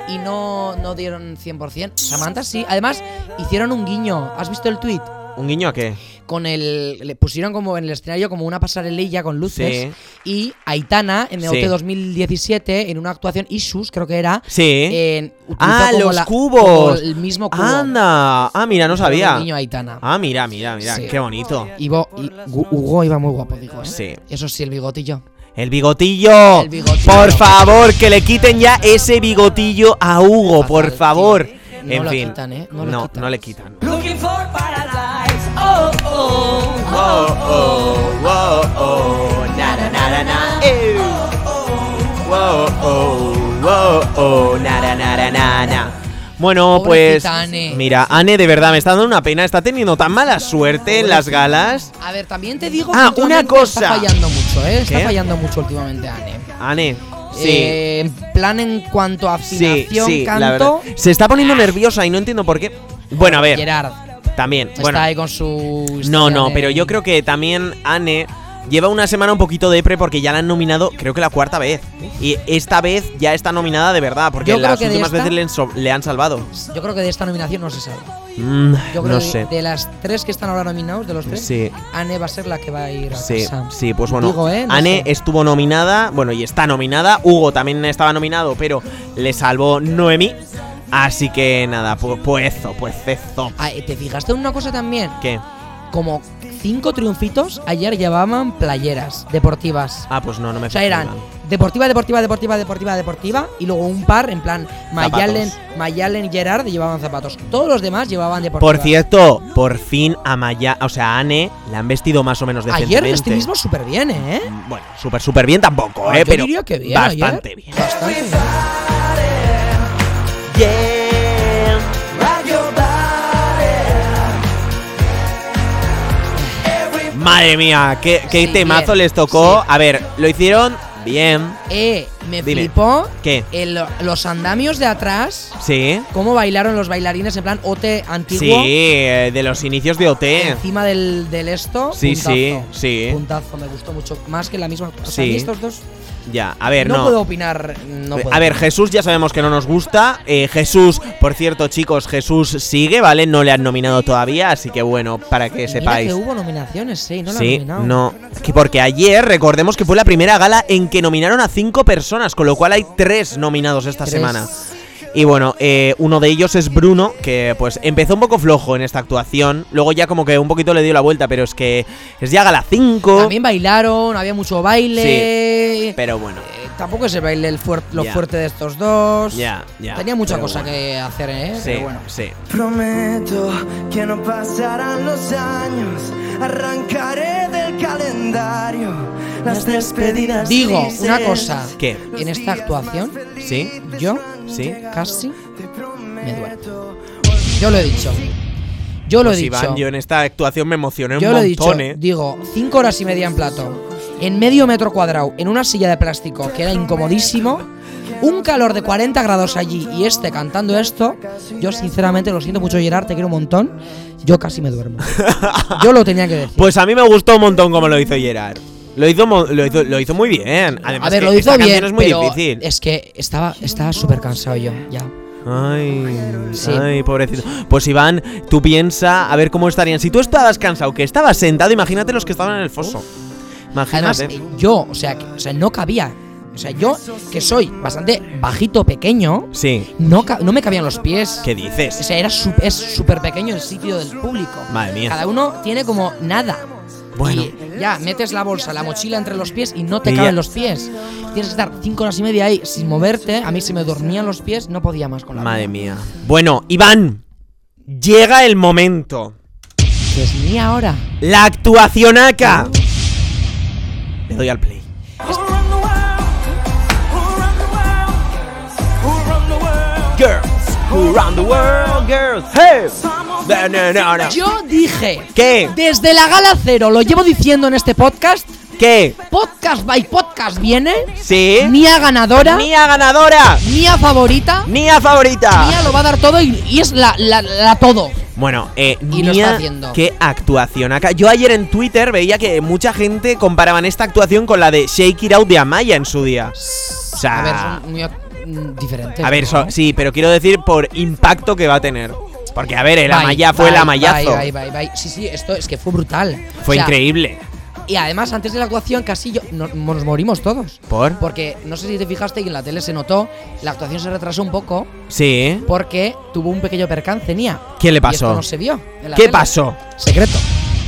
[SPEAKER 5] y no, no dieron 100%. Samantha sí. Además, hicieron un guiño. ¿Has visto el tweet?
[SPEAKER 3] ¿Un guiño a qué?
[SPEAKER 5] Con el... Le pusieron como en el escenario como una pasarelilla con luces.
[SPEAKER 3] Sí.
[SPEAKER 5] Y Aitana, en el
[SPEAKER 3] Sí.
[SPEAKER 5] OT 2017, en una actuación, Isus creo que era...
[SPEAKER 3] Sí.
[SPEAKER 5] en- utilizó
[SPEAKER 3] ah,
[SPEAKER 5] Eh, como
[SPEAKER 3] los
[SPEAKER 5] la- como
[SPEAKER 3] cubos.
[SPEAKER 5] el mismo cubo.
[SPEAKER 3] Anda. Ah, mira, no
[SPEAKER 5] Hicieron un
[SPEAKER 3] sabía.
[SPEAKER 5] guiño a Aitana.
[SPEAKER 3] Ah, mira, mira, mira,
[SPEAKER 5] Sí.
[SPEAKER 3] qué bonito.
[SPEAKER 5] Ivo- y Gu- Hugo iba muy guapo, digo. ¿eh?
[SPEAKER 3] Sí.
[SPEAKER 5] Eso sí, el bigotillo.
[SPEAKER 3] El bigotillo.
[SPEAKER 5] El bigotillo.
[SPEAKER 3] Por favor, que le quiten ya ese bigotillo a Hugo,
[SPEAKER 5] Fatal,
[SPEAKER 3] por
[SPEAKER 5] tío.
[SPEAKER 3] favor.
[SPEAKER 5] No
[SPEAKER 3] en
[SPEAKER 5] lo
[SPEAKER 3] fin.
[SPEAKER 5] quitan, ¿eh? No lo
[SPEAKER 3] no,
[SPEAKER 5] quitan.
[SPEAKER 3] no le quitan.
[SPEAKER 6] Looking for paradise, oh oh,
[SPEAKER 3] oh, Bueno,
[SPEAKER 5] Pobrecita
[SPEAKER 3] pues.
[SPEAKER 5] Ane.
[SPEAKER 3] Mira, Ane, de verdad, me está dando una pena. Está teniendo tan mala suerte en las galas.
[SPEAKER 5] A ver, también te digo
[SPEAKER 3] Ah,
[SPEAKER 5] que
[SPEAKER 3] una
[SPEAKER 5] últimamente
[SPEAKER 3] cosa.
[SPEAKER 5] está fallando mucho, ¿eh? Está
[SPEAKER 3] ¿Qué?
[SPEAKER 5] fallando mucho últimamente, Ane.
[SPEAKER 3] Ane, sí.
[SPEAKER 5] Eh, en plan en cuanto a
[SPEAKER 3] Sí,
[SPEAKER 5] afinación,
[SPEAKER 3] sí, la
[SPEAKER 5] canto,
[SPEAKER 3] verdad. Se está poniendo nerviosa y no entiendo por qué. Bueno, a ver,
[SPEAKER 5] Gerard
[SPEAKER 3] también. Bueno,
[SPEAKER 5] está ahí con su
[SPEAKER 3] no,
[SPEAKER 5] historia
[SPEAKER 3] no,
[SPEAKER 5] de-
[SPEAKER 3] pero yo creo que también Anne lleva una semana un poquito depre porque ya la han nominado, creo que la cuarta vez. Y esta vez ya está nominada de verdad, porque
[SPEAKER 5] ¿Eh? Yo creo
[SPEAKER 3] las
[SPEAKER 5] que de
[SPEAKER 3] últimas
[SPEAKER 5] esta-
[SPEAKER 3] veces le, han so- le han salvado.
[SPEAKER 5] yo creo que de esta nominación no se sabe.
[SPEAKER 3] Mm,
[SPEAKER 5] Yo creo
[SPEAKER 3] no
[SPEAKER 5] que
[SPEAKER 3] sé.
[SPEAKER 5] de las tres que están ahora nominados, de los tres,
[SPEAKER 3] Sí.
[SPEAKER 5] Ane va a ser la que va a ir a
[SPEAKER 3] Sí,
[SPEAKER 5] casa.
[SPEAKER 3] sí, pues bueno.
[SPEAKER 5] Digo, ¿eh? No
[SPEAKER 3] Anne
[SPEAKER 5] sé.
[SPEAKER 3] estuvo nominada, bueno, y está nominada. Hugo también estaba nominado, pero le salvó Noemi. Así que nada, pu- puezo, puezo.
[SPEAKER 5] Ah, eh, ¿Te fijaste en una cosa también?
[SPEAKER 3] ¿Qué?
[SPEAKER 5] Como cinco triunfitos ayer llevaban playeras deportivas.
[SPEAKER 3] Ah, pues no, no me
[SPEAKER 5] O sea, eran
[SPEAKER 3] funcionan.
[SPEAKER 5] deportiva, deportiva, deportiva, deportiva, deportiva. Y luego un par, en plan, Mayalen, Mayalen y Gerard llevaban zapatos. Todos los demás llevaban deportivas.
[SPEAKER 3] Por cierto, por fin a Maya, o sea, a Ane la han vestido más o menos decentemente. Mm,
[SPEAKER 5] ayer este mismo súper bien, ¿eh?
[SPEAKER 3] Bueno, súper, súper bien tampoco, ¿eh?
[SPEAKER 5] Yo
[SPEAKER 3] pero
[SPEAKER 5] diría que bien
[SPEAKER 3] bastante
[SPEAKER 5] ayer.
[SPEAKER 3] bien.
[SPEAKER 5] Bastante bien.
[SPEAKER 3] Madre mía, qué, qué
[SPEAKER 5] Sí,
[SPEAKER 3] temazo
[SPEAKER 5] bien,
[SPEAKER 3] les tocó. A ver, lo hicieron bien.
[SPEAKER 5] Eh, me
[SPEAKER 3] Dime.
[SPEAKER 5] flipó
[SPEAKER 3] ¿Qué?
[SPEAKER 5] el- los andamios de atrás.
[SPEAKER 3] Sí.
[SPEAKER 5] Cómo bailaron los bailarines en plan OT
[SPEAKER 3] Sí,
[SPEAKER 5] antiguo.
[SPEAKER 3] eh, de los inicios de OT.
[SPEAKER 5] Encima del, del esto.
[SPEAKER 3] Eh. Sí,
[SPEAKER 5] puntazo,
[SPEAKER 3] sí, sí.
[SPEAKER 5] Puntazo, me gustó mucho. Más que la misma. O sea,
[SPEAKER 3] Sí.
[SPEAKER 5] a mí estos dos.
[SPEAKER 3] Ya, a ver,
[SPEAKER 5] no,
[SPEAKER 3] no.
[SPEAKER 5] puedo opinar. No puedo
[SPEAKER 3] Pues, a ver,
[SPEAKER 5] opinar.
[SPEAKER 3] Jesús ya sabemos que no nos gusta. Eh, Jesús, por cierto, chicos, Jesús sigue, ¿vale? No le han nominado todavía, así que bueno, para que
[SPEAKER 5] Mira
[SPEAKER 3] sepáis.
[SPEAKER 5] que hubo nominaciones, sí, no la han
[SPEAKER 3] sí,
[SPEAKER 5] nominado.
[SPEAKER 3] no. Que porque ayer, recordemos que fue la primera gala en que nominaron a cinco personas, con lo cual hay tres nominados esta
[SPEAKER 5] Tres.
[SPEAKER 3] semana. Y bueno, eh, uno de ellos es Bruno, que pues empezó un poco flojo en esta actuación. Luego ya como que un poquito le dio la vuelta, pero es que es ya gala 5.
[SPEAKER 5] También bailaron, había mucho baile.
[SPEAKER 3] Pero bueno,
[SPEAKER 5] Eh, tampoco es el baile el fuert- lo
[SPEAKER 3] Ya.
[SPEAKER 5] fuerte de estos dos.
[SPEAKER 3] Ya, ya,
[SPEAKER 5] Tenía mucha
[SPEAKER 3] pero
[SPEAKER 5] cosa
[SPEAKER 3] bueno.
[SPEAKER 5] que hacer, ¿eh?
[SPEAKER 3] sí,
[SPEAKER 5] Pero bueno.
[SPEAKER 3] sí.
[SPEAKER 4] Prometo que no pasarán los años. Arrancaré del calendario las despedidas.
[SPEAKER 5] Digo
[SPEAKER 4] grises.
[SPEAKER 5] una cosa.
[SPEAKER 3] ¿Qué?
[SPEAKER 5] En esta actuación,
[SPEAKER 3] ¿Sí?
[SPEAKER 5] yo
[SPEAKER 3] ¿Sí?
[SPEAKER 5] casi me duermo. Yo lo he dicho. Yo lo he
[SPEAKER 3] Pues,
[SPEAKER 5] dicho.
[SPEAKER 3] Iván, yo en esta actuación me emocioné
[SPEAKER 5] Yo
[SPEAKER 3] un
[SPEAKER 5] lo he dicho,
[SPEAKER 3] montón, ¿eh?
[SPEAKER 5] digo, cinco horas y media en plato, en medio metro cuadrado, en una silla de plástico que era incomodísimo, un calor de 40 grados allí y este cantando esto, yo sinceramente lo siento mucho Gerard, te quiero un montón, yo casi me duermo. Yo lo tenía que decir.
[SPEAKER 3] Pues a mí me gustó un montón como lo hizo Gerard. Lo hizo, mo- lo hizo, lo hizo muy bien. Además,
[SPEAKER 5] A ver,
[SPEAKER 3] que
[SPEAKER 5] lo
[SPEAKER 3] esta
[SPEAKER 5] hizo
[SPEAKER 3] canción
[SPEAKER 5] bien,
[SPEAKER 3] es muy
[SPEAKER 5] pero
[SPEAKER 3] difícil.
[SPEAKER 5] es que estaba estaba súper cansado yo, ya.
[SPEAKER 3] Ay,
[SPEAKER 5] Sí.
[SPEAKER 3] ay, pobrecito. Pues Iván, tú piensa a ver cómo estarían. Si tú estabas cansado, que estabas sentado, imagínate los que estaban en el foso.
[SPEAKER 5] Además,
[SPEAKER 3] Imagínate.
[SPEAKER 5] eh, yo, o sea, que- o sea, no cabía. O sea, yo, que soy bastante bajito, pequeño,
[SPEAKER 3] sí.
[SPEAKER 5] no, ca- no me cabían los pies.
[SPEAKER 3] ¿Qué
[SPEAKER 5] O
[SPEAKER 3] dices?
[SPEAKER 5] sea, era sup- es súper pequeño el sitio del público.
[SPEAKER 3] Madre mía.
[SPEAKER 5] Cada uno tiene como nada.
[SPEAKER 3] Bueno.
[SPEAKER 5] Y ya, metes la bolsa, la mochila entre los pies y no te
[SPEAKER 3] Y ya.
[SPEAKER 5] caben los pies. Tienes que estar cinco horas y media ahí sin moverte. A mí se me dormían los pies, no podía más con la
[SPEAKER 3] Madre mía. Bueno, Iván, llega el momento.
[SPEAKER 5] Pues ni ahora.
[SPEAKER 3] La actuación acá. Le doy al play. Girls, who run the world, girls, hey. Na, na, na, na.
[SPEAKER 5] Yo dije.
[SPEAKER 3] ¿Qué?
[SPEAKER 5] Desde la gala cero, lo llevo diciendo en este podcast.
[SPEAKER 3] ¿Qué?
[SPEAKER 5] Podcast by podcast viene.
[SPEAKER 3] ¿Sí?
[SPEAKER 5] Ni a ganadora,
[SPEAKER 3] Ni a ganadora,
[SPEAKER 5] ni a favorita.
[SPEAKER 3] ni a favorita.
[SPEAKER 5] Nia lo va a dar todo y, y es la, la, la todo.
[SPEAKER 3] Bueno, eh,
[SPEAKER 5] Y lo
[SPEAKER 3] Nia,
[SPEAKER 5] está haciendo.
[SPEAKER 3] qué actuación acá. Yo ayer en Twitter veía que mucha gente comparaban esta actuación con la de Shake It Out de Amaya en su día. O sea,
[SPEAKER 5] A ver, son muy mm, diferentes.
[SPEAKER 3] Ah. A ver,
[SPEAKER 5] ¿no?
[SPEAKER 3] so- sí, pero quiero decir por impacto que va a tener. Porque, a ver, el Amaya fue el Amayazo.
[SPEAKER 5] Bye, bye, bye. Sí, sí, esto es que fue brutal.
[SPEAKER 3] Fue
[SPEAKER 5] O sea,
[SPEAKER 3] increíble.
[SPEAKER 5] Y además, antes de la actuación, casi yo, no- nos morimos todos.
[SPEAKER 3] ¿Por?
[SPEAKER 5] Porque no sé si te fijaste que en la tele se notó, la actuación se retrasó un poco
[SPEAKER 3] Sí.
[SPEAKER 5] porque tuvo un pequeño percance, Nia.
[SPEAKER 3] ¿Qué le
[SPEAKER 5] Y esto
[SPEAKER 3] pasó?
[SPEAKER 5] no se vio. en la
[SPEAKER 3] ¿Qué
[SPEAKER 5] tele.
[SPEAKER 3] pasó?
[SPEAKER 5] Secreto.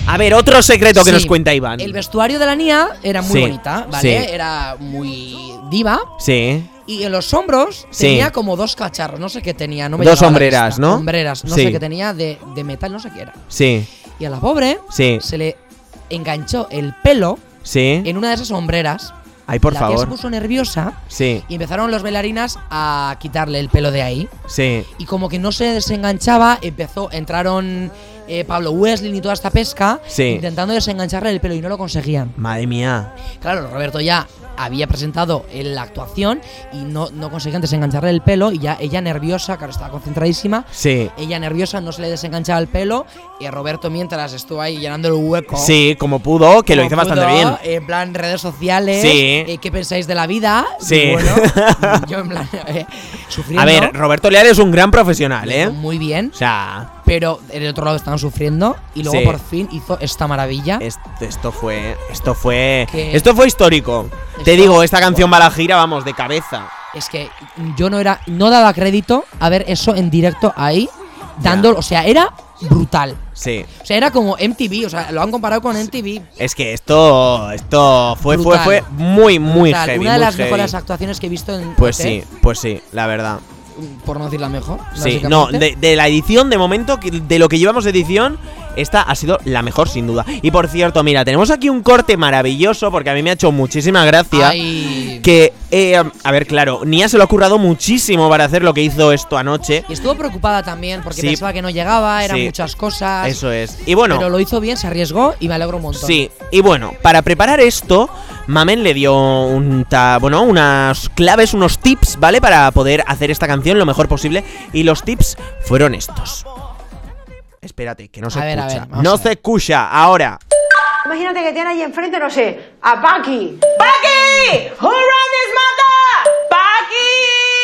[SPEAKER 3] A ver, otro secreto que
[SPEAKER 5] Sí.
[SPEAKER 3] nos cuenta Iván.
[SPEAKER 5] El vestuario de la Nia era muy
[SPEAKER 3] Sí,
[SPEAKER 5] bonita, ¿vale?
[SPEAKER 3] sí.
[SPEAKER 5] Era muy diva.
[SPEAKER 3] Sí.
[SPEAKER 5] Y en los hombros
[SPEAKER 3] Sí.
[SPEAKER 5] tenía como dos cacharros, no sé qué tenía. No me
[SPEAKER 3] Dos
[SPEAKER 5] llegaba la
[SPEAKER 3] hombreras,
[SPEAKER 5] lista.
[SPEAKER 3] ¿no?
[SPEAKER 5] Hombreras, no
[SPEAKER 3] Sí.
[SPEAKER 5] sé qué tenía, de, de metal, no sé qué era.
[SPEAKER 3] Sí.
[SPEAKER 5] Y a la pobre
[SPEAKER 3] Sí.
[SPEAKER 5] se le enganchó el pelo
[SPEAKER 3] Sí.
[SPEAKER 5] en una de esas hombreras.
[SPEAKER 3] Ay, por
[SPEAKER 5] la tía se
[SPEAKER 3] favor.
[SPEAKER 5] puso nerviosa
[SPEAKER 3] Sí.
[SPEAKER 5] y empezaron los bailarinas a quitarle el pelo de ahí.
[SPEAKER 3] Sí.
[SPEAKER 5] Y como que no se desenganchaba, empezó, entraron eh, Pablo Wesley y toda esta pesca
[SPEAKER 3] Sí.
[SPEAKER 5] intentando desengancharle el pelo y no lo conseguían.
[SPEAKER 3] Madre mía.
[SPEAKER 5] Claro, Roberto ya había presentado el- la actuación y no, no conseguían desengancharle el pelo y ya ella nerviosa, claro, estaba concentradísima.
[SPEAKER 3] Sí.
[SPEAKER 5] Ella nerviosa, no se le desenganchaba el pelo y Roberto mientras estuvo ahí llenando el hueco.
[SPEAKER 3] Sí, como pudo, que lo
[SPEAKER 5] Oh. como
[SPEAKER 3] hizo bastante
[SPEAKER 5] pudo,
[SPEAKER 3] bien.
[SPEAKER 5] En plan, redes sociales.
[SPEAKER 3] Sí.
[SPEAKER 5] eh, ¿Qué pensáis de la vida?
[SPEAKER 3] Sí.
[SPEAKER 5] Y Bueno, yo en plan, eh, sufriendo.
[SPEAKER 3] A ver, Roberto Leal es un gran profesional,
[SPEAKER 5] lo
[SPEAKER 3] ¿eh?
[SPEAKER 5] hizo muy bien.
[SPEAKER 3] O sea,
[SPEAKER 5] Pero en el otro lado estaban sufriendo y luego
[SPEAKER 3] Sí.
[SPEAKER 5] por fin hizo esta maravilla.
[SPEAKER 3] es- esto fue. Esto fue.
[SPEAKER 5] ¿Qué?
[SPEAKER 3] Esto fue histórico. Te
[SPEAKER 5] Esto-
[SPEAKER 3] digo, esta canción va a la gira, vamos, de cabeza.
[SPEAKER 5] es que yo no era, no daba crédito a ver eso en directo ahí, dándolo, o sea, era brutal.
[SPEAKER 3] Sí.
[SPEAKER 5] O sea, era como MTV, o sea, lo han comparado con MTV.
[SPEAKER 3] Es que esto, esto fue, fue,
[SPEAKER 5] Brutal.
[SPEAKER 3] fue muy, muy
[SPEAKER 5] Brutal.
[SPEAKER 3] heavy.
[SPEAKER 5] Una de
[SPEAKER 3] muy
[SPEAKER 5] las
[SPEAKER 3] heavy.
[SPEAKER 5] mejores ¿Eh? actuaciones que he visto en
[SPEAKER 3] Pues
[SPEAKER 5] OT,
[SPEAKER 3] sí, pues sí, la verdad.
[SPEAKER 5] por no decir la mejor.
[SPEAKER 3] Sí, no,
[SPEAKER 5] básicamente.
[SPEAKER 3] de, de la edición, de momento, que- de lo que llevamos de edición, esta ha sido la mejor sin duda. Y por cierto, mira, tenemos aquí un corte maravilloso porque a mí me ha hecho muchísima gracia.
[SPEAKER 5] Ay.
[SPEAKER 3] Que, eh, a ver, claro, Nia se lo ha currado muchísimo para hacer lo que hizo esto anoche.
[SPEAKER 5] Y estuvo preocupada también porque
[SPEAKER 3] Sí.
[SPEAKER 5] pensaba que no llegaba, eran
[SPEAKER 3] Sí.
[SPEAKER 5] muchas cosas.
[SPEAKER 3] Eso es. Y bueno,
[SPEAKER 5] Pero lo hizo bien, se arriesgó y me alegro un montón.
[SPEAKER 3] Sí, y bueno, para preparar esto, Mamen le dio un ta- bueno, unas claves, unos tips, ¿vale? Para poder hacer esta canción lo mejor posible. Y los tips fueron estos. Espérate, que no se
[SPEAKER 5] A ver, a
[SPEAKER 3] escucha.
[SPEAKER 5] ver, vamos
[SPEAKER 3] no
[SPEAKER 5] a ver.
[SPEAKER 3] se escucha, ahora.
[SPEAKER 7] Imagínate que tiene ahí enfrente, no sé, a Paki. ¡Paki! ¡Who run this mother? ¡Paki!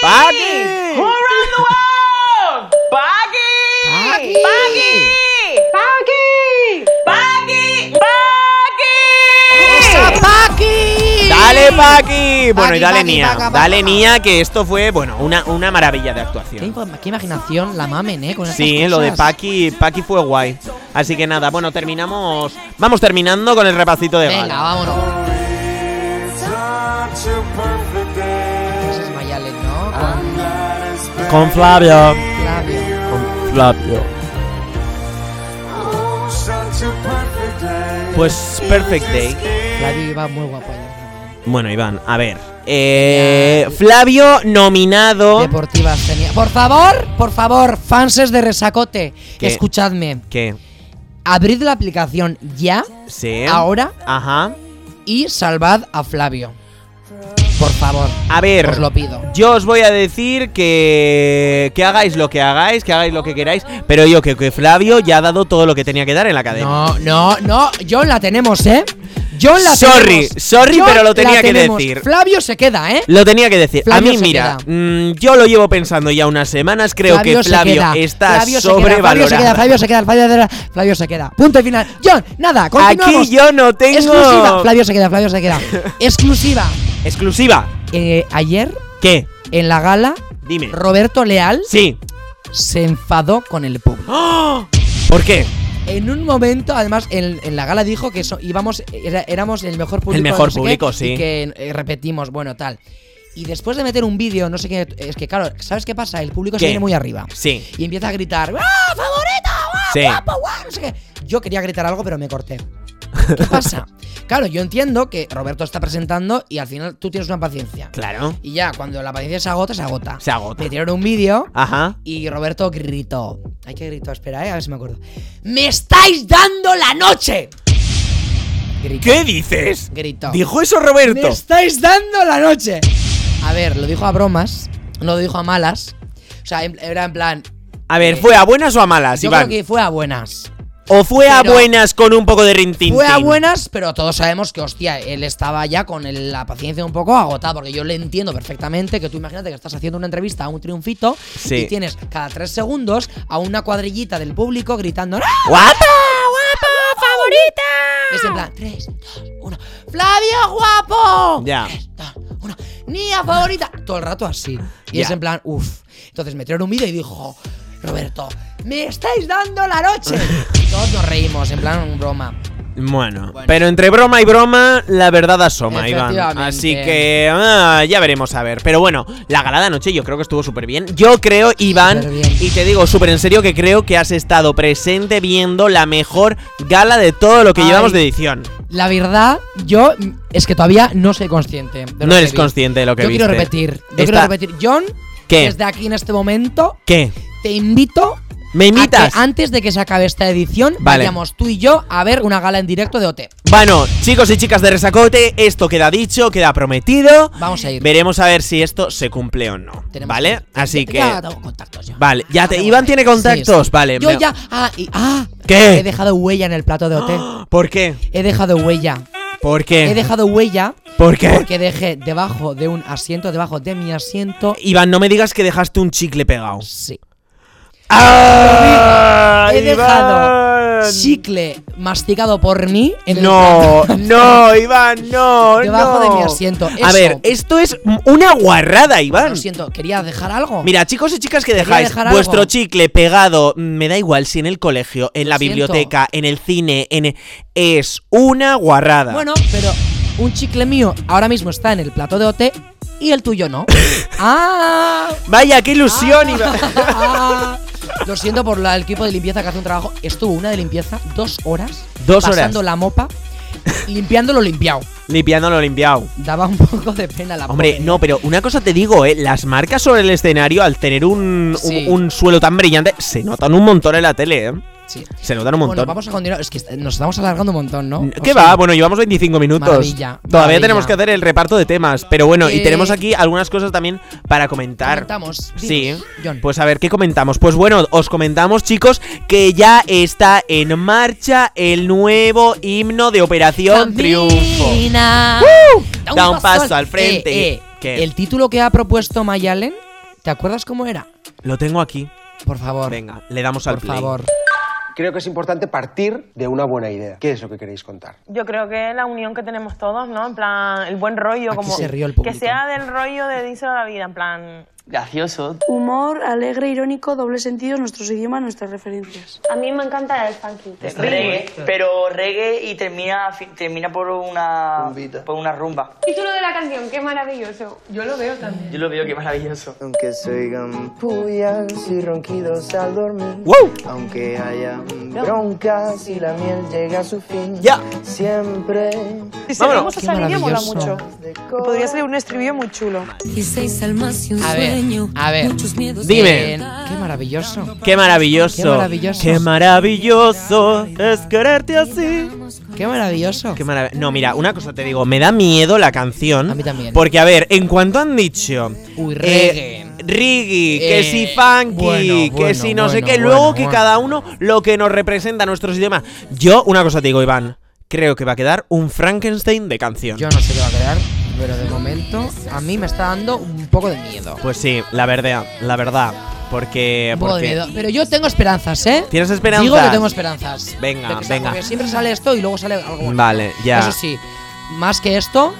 [SPEAKER 3] ¡Paki!
[SPEAKER 7] ¡Who run the world? ¡Paki! ¡Paki! ¡Paki! ¡Paki! ¡Paki!
[SPEAKER 3] ¡Dale, Paqui! Bueno,
[SPEAKER 5] Paqui,
[SPEAKER 3] y dale
[SPEAKER 5] Paqui,
[SPEAKER 3] Nia.
[SPEAKER 5] Paca, Paca.
[SPEAKER 3] dale Nia, que esto fue, bueno, una, una maravilla de
[SPEAKER 5] Qué,
[SPEAKER 3] actuación.
[SPEAKER 5] info- qué imaginación la mamen, ¿eh? Con esas
[SPEAKER 3] Sí, lo de
[SPEAKER 5] cosas.
[SPEAKER 3] Paqui, Paqui fue guay. Así que nada, bueno, terminamos. Vamos terminando con el repasito de
[SPEAKER 5] Venga,
[SPEAKER 3] gala.
[SPEAKER 5] vámonos.
[SPEAKER 4] Such a perfect day.
[SPEAKER 5] Ese es Mayalen, ¿no? Con
[SPEAKER 3] Con Flavio.
[SPEAKER 5] labio.
[SPEAKER 3] Con Flavio.
[SPEAKER 4] Such a perfect day.
[SPEAKER 3] Pues Perfect Day.
[SPEAKER 5] Labio iba muy guapo ayer también.
[SPEAKER 3] Bueno, Iván, a ver. Eh, Flavio nominado.
[SPEAKER 5] Deportivas tenía. Por favor, por favor, fanses de Resacote,
[SPEAKER 3] ¿Qué?
[SPEAKER 5] escuchadme.
[SPEAKER 3] ¿Qué?
[SPEAKER 5] Abrid la aplicación ya,
[SPEAKER 3] Sí.
[SPEAKER 5] ahora,
[SPEAKER 3] Ajá.
[SPEAKER 5] y salvad a Flavio. Por favor,
[SPEAKER 3] A ver.
[SPEAKER 5] os lo pido.
[SPEAKER 3] Yo os voy a decir que. Que hagáis lo que hagáis, que hagáis lo que queráis. Pero yo creo que Flavio ya ha dado todo lo que tenía que dar en la cadena.
[SPEAKER 5] No, no, no, John la tenemos, ¿eh? John la
[SPEAKER 3] Sorry,
[SPEAKER 5] tenemos.
[SPEAKER 3] sorry,
[SPEAKER 5] John
[SPEAKER 3] pero lo
[SPEAKER 5] la
[SPEAKER 3] tenía que
[SPEAKER 5] tenemos.
[SPEAKER 3] decir.
[SPEAKER 5] Flavio se queda, ¿eh?
[SPEAKER 3] Lo tenía que decir.
[SPEAKER 5] Flavio
[SPEAKER 3] a mí,
[SPEAKER 5] se
[SPEAKER 3] mira,
[SPEAKER 5] queda.
[SPEAKER 3] mm, yo lo llevo pensando ya unas semanas. Creo que
[SPEAKER 5] se
[SPEAKER 3] Flavio
[SPEAKER 5] queda.
[SPEAKER 3] está
[SPEAKER 5] Flavio se queda,
[SPEAKER 3] sobrevalorado.
[SPEAKER 5] Flavio se queda, Flavio se queda, Flavio se queda, Flavio se queda. Punto y final. John, nada, continuamos.
[SPEAKER 3] Aquí yo no tengo.
[SPEAKER 5] Exclusiva. Flavio se queda, Flavio se queda. Exclusiva.
[SPEAKER 3] Exclusiva.
[SPEAKER 5] Eh, ayer,
[SPEAKER 3] ¿Qué?
[SPEAKER 5] en la gala,
[SPEAKER 3] Dime.
[SPEAKER 5] Roberto Leal
[SPEAKER 3] Sí.
[SPEAKER 5] se enfadó con el público.
[SPEAKER 3] ¡Ah! ¿Por qué?
[SPEAKER 5] En un momento, además, en, en la gala dijo que so- íbamos, era- éramos el mejor público.
[SPEAKER 3] El mejor
[SPEAKER 5] no sé qué,
[SPEAKER 3] público, sí.
[SPEAKER 5] Y que eh, repetimos, bueno, tal. Y después de meter un vídeo, no sé qué. Es que, claro, ¿sabes qué pasa? El público
[SPEAKER 3] ¿Qué?
[SPEAKER 5] se viene muy arriba.
[SPEAKER 3] Sí.
[SPEAKER 5] Y empieza a gritar, ¡ah, favorita! ¡Ah,
[SPEAKER 3] Sí.
[SPEAKER 5] guapo, guau! No sé qué. Yo quería gritar algo, pero me corté. ¿Qué pasa? claro, yo entiendo que Roberto está presentando y al final tú tienes una paciencia.
[SPEAKER 3] Claro.
[SPEAKER 5] Y ya, cuando la paciencia se agota, se agota.
[SPEAKER 3] Se agota. Ah,
[SPEAKER 5] Metieron un vídeo
[SPEAKER 3] Ajá.
[SPEAKER 5] y Roberto gritó. Hay que gritó, espera, eh, a ver si me acuerdo. ¡Me estáis dando la noche! Gritó.
[SPEAKER 3] ¿Qué dices?
[SPEAKER 5] Gritó.
[SPEAKER 3] ¿Dijo eso
[SPEAKER 5] ¡Me
[SPEAKER 3] Roberto?
[SPEAKER 5] estáis dando la noche! A ver, lo dijo a bromas, no lo dijo a malas. O sea, en- era en plan.
[SPEAKER 3] A ver, ¿fue a buenas o a malas,
[SPEAKER 5] Yo
[SPEAKER 3] Iván?
[SPEAKER 5] creo que fue a buenas.
[SPEAKER 3] ¿O fue a
[SPEAKER 5] Pero-
[SPEAKER 3] buenas con un poco de rintín?
[SPEAKER 5] Fue a buenas, pero todos sabemos que, hostia, él estaba ya con el- la paciencia un poco agotada, porque yo le entiendo perfectamente que tú imagínate que estás haciendo una entrevista a un triunfito
[SPEAKER 3] Sí.
[SPEAKER 5] y tienes cada tres segundos a una cuadrillita del público gritando ¡Ah!
[SPEAKER 3] ¡Guapa!
[SPEAKER 5] Es en plan, tres, dos, uno, ¡Flavio guapo!
[SPEAKER 3] Ya.
[SPEAKER 5] Tres, dos, uno, ¡Nia favorita! Todo el rato así. Y
[SPEAKER 3] Ya.
[SPEAKER 5] es en plan, uff. Entonces metieron un vídeo y dijo, Roberto, ¡me estáis dando la noche! y todos nos reímos, en plan, broma.
[SPEAKER 3] Bueno, pero entre broma y broma, la verdad asoma, Iván.
[SPEAKER 5] Efectivamente.
[SPEAKER 3] Así que ah, ya veremos a ver. Pero bueno, la galada anoche yo creo que estuvo súper bien. Yo creo, Iván,
[SPEAKER 5] Superbién.
[SPEAKER 3] y te digo súper en serio que creo que has estado presente viendo la mejor gala de todo lo que
[SPEAKER 5] Ay.
[SPEAKER 3] llevamos de edición.
[SPEAKER 5] La verdad, yo mm, es que todavía no soy consciente. de lo
[SPEAKER 3] No
[SPEAKER 5] que
[SPEAKER 3] eres
[SPEAKER 5] vi.
[SPEAKER 3] consciente de lo que
[SPEAKER 5] Yo quiero
[SPEAKER 3] viste.
[SPEAKER 5] repetir. Yo quiero
[SPEAKER 3] Está-
[SPEAKER 5] repetir. John,
[SPEAKER 3] ¿Qué?
[SPEAKER 5] desde aquí en este momento,
[SPEAKER 3] ¿Qué?
[SPEAKER 5] te invito.
[SPEAKER 3] ¿Me
[SPEAKER 5] A
[SPEAKER 3] imitas?
[SPEAKER 5] que antes de que se acabe esta edición,
[SPEAKER 3] Vale.
[SPEAKER 5] vayamos tú y yo a ver una gala en directo de OT.
[SPEAKER 3] Bueno, chicos y chicas de Resacote, esto queda dicho, queda prometido.
[SPEAKER 5] Vamos a ir.
[SPEAKER 3] Veremos a ver si esto se cumple o no. ¿Vale? Así
[SPEAKER 5] ya,
[SPEAKER 3] que.
[SPEAKER 5] Ya tengo contactos ya.
[SPEAKER 3] Vale, ya te.
[SPEAKER 5] tengo
[SPEAKER 3] Iván tiene contactos.
[SPEAKER 5] Sí, sí.
[SPEAKER 3] Vale.
[SPEAKER 5] Yo
[SPEAKER 3] me-
[SPEAKER 5] ya. Ah, y- ah,
[SPEAKER 3] ¿Qué?
[SPEAKER 5] He dejado huella en el plato de OT.
[SPEAKER 3] ¿Por qué?
[SPEAKER 5] He dejado huella.
[SPEAKER 3] ¿Por qué?
[SPEAKER 5] He dejado huella
[SPEAKER 3] ¿Por qué?
[SPEAKER 5] porque dejé debajo de un asiento, debajo de mi asiento.
[SPEAKER 3] Iván, no me digas que dejaste un chicle pegado.
[SPEAKER 5] Sí.
[SPEAKER 3] ¡Ah,
[SPEAKER 5] He dejado
[SPEAKER 3] Iván!
[SPEAKER 5] chicle masticado por mí en el
[SPEAKER 3] No,
[SPEAKER 5] plato.
[SPEAKER 3] no, Iván, no. no.
[SPEAKER 5] Debajo de mi asiento,
[SPEAKER 3] A
[SPEAKER 5] eso.
[SPEAKER 3] ver, esto es una guarrada, Iván.
[SPEAKER 5] Lo siento, quería dejar algo.
[SPEAKER 3] Mira, chicos y chicas que dejáis
[SPEAKER 5] dejar algo.
[SPEAKER 3] vuestro chicle pegado, mm, me da igual si en el colegio, en la
[SPEAKER 5] Lo siento.
[SPEAKER 3] biblioteca, en el cine, en es una guarrada.
[SPEAKER 5] Bueno, pero un chicle mío ahora mismo está en el plato de OT y el tuyo no. ¡Ah!
[SPEAKER 3] Vaya, qué ilusión, Iván.
[SPEAKER 5] Ah. Lo siento por la- el equipo de limpieza que hace un trabajo. Estuvo una de limpieza dos horas.
[SPEAKER 3] Dos horas.
[SPEAKER 5] pasando la mopa, limpiando lo limpiado.
[SPEAKER 3] Limpiando lo limpiado.
[SPEAKER 5] Daba un poco de pena la
[SPEAKER 3] Hombre,
[SPEAKER 5] pobre.
[SPEAKER 3] no, pero una cosa te digo, ¿eh? Las marcas sobre el escenario, al tener un, un-
[SPEAKER 5] Sí.
[SPEAKER 3] un suelo tan brillante, se notan un montón en la tele, ¿eh?
[SPEAKER 5] Sí.
[SPEAKER 3] Se notan un
[SPEAKER 5] Bueno,
[SPEAKER 3] montón.
[SPEAKER 5] vamos a continuar. Es que est- nos estamos alargando un montón, ¿no?
[SPEAKER 3] ¿Qué
[SPEAKER 5] O sea,
[SPEAKER 3] va? Bueno, llevamos 25 minutos.
[SPEAKER 5] Maravilla,
[SPEAKER 3] Todavía
[SPEAKER 5] maravilla.
[SPEAKER 3] tenemos que hacer el reparto de temas. Pero bueno, y
[SPEAKER 5] Eh,
[SPEAKER 3] tenemos aquí algunas cosas también para comentar.
[SPEAKER 5] Comentamos.
[SPEAKER 3] Sí.
[SPEAKER 5] Dinos, John.
[SPEAKER 3] Pues a ver, ¿qué comentamos? Pues bueno, os comentamos, chicos, que ya está en marcha el nuevo himno de Operación Triunfo.
[SPEAKER 5] Camina.
[SPEAKER 3] Da un paso al frente.
[SPEAKER 5] Eh, eh,
[SPEAKER 3] ¿Qué?
[SPEAKER 5] El título que ha propuesto Mayalen, ¿te acuerdas cómo era?
[SPEAKER 3] Lo tengo aquí.
[SPEAKER 5] Por favor.
[SPEAKER 3] Venga, le damos al
[SPEAKER 5] por
[SPEAKER 3] play.
[SPEAKER 5] favor.
[SPEAKER 8] Creo que es importante partir de una buena idea. ¿Qué es lo que queréis contar?
[SPEAKER 9] Yo creo que la unión que tenemos todos, ¿no? En plan, el buen rollo,
[SPEAKER 5] Aquí
[SPEAKER 9] como
[SPEAKER 5] se rió el
[SPEAKER 9] que
[SPEAKER 5] público.
[SPEAKER 9] sea del rollo de Díselo a la vida, en plan...
[SPEAKER 2] Gracioso.
[SPEAKER 10] Humor, alegre, irónico, doble sentido, nuestros idiomas, nuestras referencias.
[SPEAKER 11] A mí me encanta el funky.
[SPEAKER 2] Reggae, pero reggae y termina, fi- termina por una por una rumba.
[SPEAKER 11] Título de la canción, qué maravilloso. Yo lo veo también.
[SPEAKER 2] Yo lo veo que maravilloso.
[SPEAKER 8] Aunque se oigan puyas y ronquidos al dormir.
[SPEAKER 3] ¡Wow!
[SPEAKER 8] Aunque haya broncas y la miel llega a su fin.
[SPEAKER 3] Ya.
[SPEAKER 8] Siempre.
[SPEAKER 9] Si
[SPEAKER 3] Vámonos.
[SPEAKER 9] salimos a esa línea, mola mucho. Podría salir un estribillo muy chulo.
[SPEAKER 5] A ver, a ver.
[SPEAKER 3] Dime.
[SPEAKER 5] Eh, qué maravilloso.
[SPEAKER 3] Qué maravilloso.
[SPEAKER 5] Qué maravilloso.
[SPEAKER 3] Qué maravilloso es quererte así.
[SPEAKER 5] Qué maravilloso.
[SPEAKER 3] Qué marav- No, mira, una cosa te digo, me da miedo la canción.
[SPEAKER 5] A mí también.
[SPEAKER 3] Porque, a ver, en cuanto han dicho.
[SPEAKER 5] Uy,
[SPEAKER 3] eh,
[SPEAKER 5] reggae.
[SPEAKER 3] reggae, que
[SPEAKER 5] Eh,
[SPEAKER 3] si funky,
[SPEAKER 5] bueno,
[SPEAKER 3] que
[SPEAKER 5] bueno,
[SPEAKER 3] si no sé
[SPEAKER 5] bueno,
[SPEAKER 3] qué,
[SPEAKER 5] bueno,
[SPEAKER 3] luego que
[SPEAKER 5] bueno.
[SPEAKER 3] cada uno lo que nos representa nuestros idiomas. Yo, una cosa te digo, Iván, creo que va a quedar un Frankenstein de canción.
[SPEAKER 5] Yo no sé qué va a quedar, pero de momento a mí me está dando un poco de miedo.
[SPEAKER 3] Pues sí, la verdad, la verdad. Porque.
[SPEAKER 5] Un poco de
[SPEAKER 3] porque-
[SPEAKER 5] miedo. Pero yo tengo esperanzas, ¿eh?
[SPEAKER 3] ¿Tienes esperanzas?
[SPEAKER 5] Digo que tengo esperanzas.
[SPEAKER 3] Venga,
[SPEAKER 5] De que sea,
[SPEAKER 3] venga.
[SPEAKER 5] Porque siempre sale esto y luego sale algo bueno.
[SPEAKER 3] Vale, ya.
[SPEAKER 5] Eso sí. Más que esto,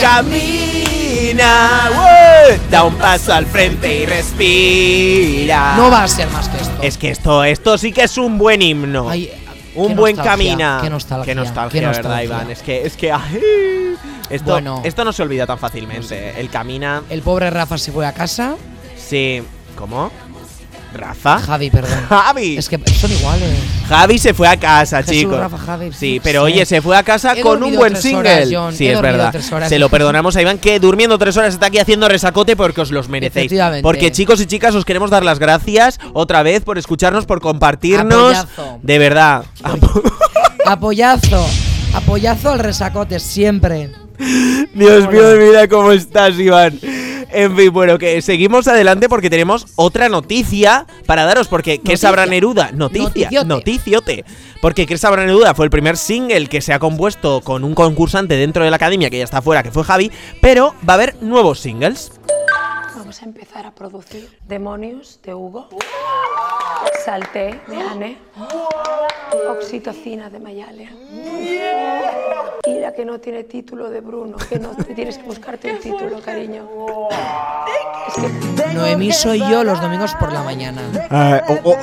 [SPEAKER 3] Camina, ué, da un paso al frente y respira.
[SPEAKER 5] no va a ser más que esto.
[SPEAKER 3] Es que esto, esto sí que es un buen himno.
[SPEAKER 5] Ay,
[SPEAKER 3] un
[SPEAKER 5] qué
[SPEAKER 3] buen
[SPEAKER 5] nostalgia,
[SPEAKER 3] camina.
[SPEAKER 5] Qué nostalgia.
[SPEAKER 3] Qué nostalgia,
[SPEAKER 5] qué
[SPEAKER 3] ¿verdad,
[SPEAKER 5] nostalgia.
[SPEAKER 3] Iván? Es que, es que. ay, esto,
[SPEAKER 5] Bueno.
[SPEAKER 3] esto no se olvida tan fácilmente. El camina.
[SPEAKER 5] El pobre Rafa se fue a casa.
[SPEAKER 3] Sí. ¿Cómo? ¿Rafa?
[SPEAKER 5] Javi, perdón.
[SPEAKER 3] Javi.
[SPEAKER 5] Es que son iguales.
[SPEAKER 3] Javi se fue a casa,
[SPEAKER 5] Jesús,
[SPEAKER 3] chicos.
[SPEAKER 5] Rafa, Javi,
[SPEAKER 3] sí,
[SPEAKER 5] no
[SPEAKER 3] pero
[SPEAKER 5] sé.
[SPEAKER 3] oye, se fue a casa
[SPEAKER 5] He
[SPEAKER 3] con un
[SPEAKER 5] dormido
[SPEAKER 3] buen
[SPEAKER 5] tres
[SPEAKER 3] single.
[SPEAKER 5] horas, John.
[SPEAKER 3] Sí,
[SPEAKER 5] He
[SPEAKER 3] es
[SPEAKER 5] dormido
[SPEAKER 3] verdad.
[SPEAKER 5] tres horas.
[SPEAKER 3] Se lo perdonamos a Iván que durmiendo tres horas está aquí haciendo resacote porque os los merecéis.
[SPEAKER 5] Efectivamente.
[SPEAKER 3] Porque chicos y chicas os queremos dar las gracias otra vez por escucharnos, por compartirnos.
[SPEAKER 5] Apoyazo.
[SPEAKER 3] De verdad.
[SPEAKER 5] Apoyazo. Apoyazo al resacote, siempre.
[SPEAKER 3] Dios mío, de mi vida, cómo estás, Iván. En fin, bueno, que seguimos adelante porque tenemos otra noticia para daros. Porque ¿Qué
[SPEAKER 5] Noticia.
[SPEAKER 3] sabrá Neruda? Noticia, noticiote.
[SPEAKER 5] Noticiote.
[SPEAKER 3] Porque ¿Qué sabrá Neruda? Fue el primer single que se ha compuesto con un concursante dentro de la academia que ya está fuera, que fue Javi. Pero va a haber nuevos singles.
[SPEAKER 10] Vamos a empezar a producir Demonios de Hugo, Salté de Anne, Oxitocina de Mayale. Y la que no tiene título de Bruno, que no te tienes que buscarte un título, cariño.
[SPEAKER 5] Noemí soy yo los domingos por la mañana.
[SPEAKER 3] Ah, oh, oh,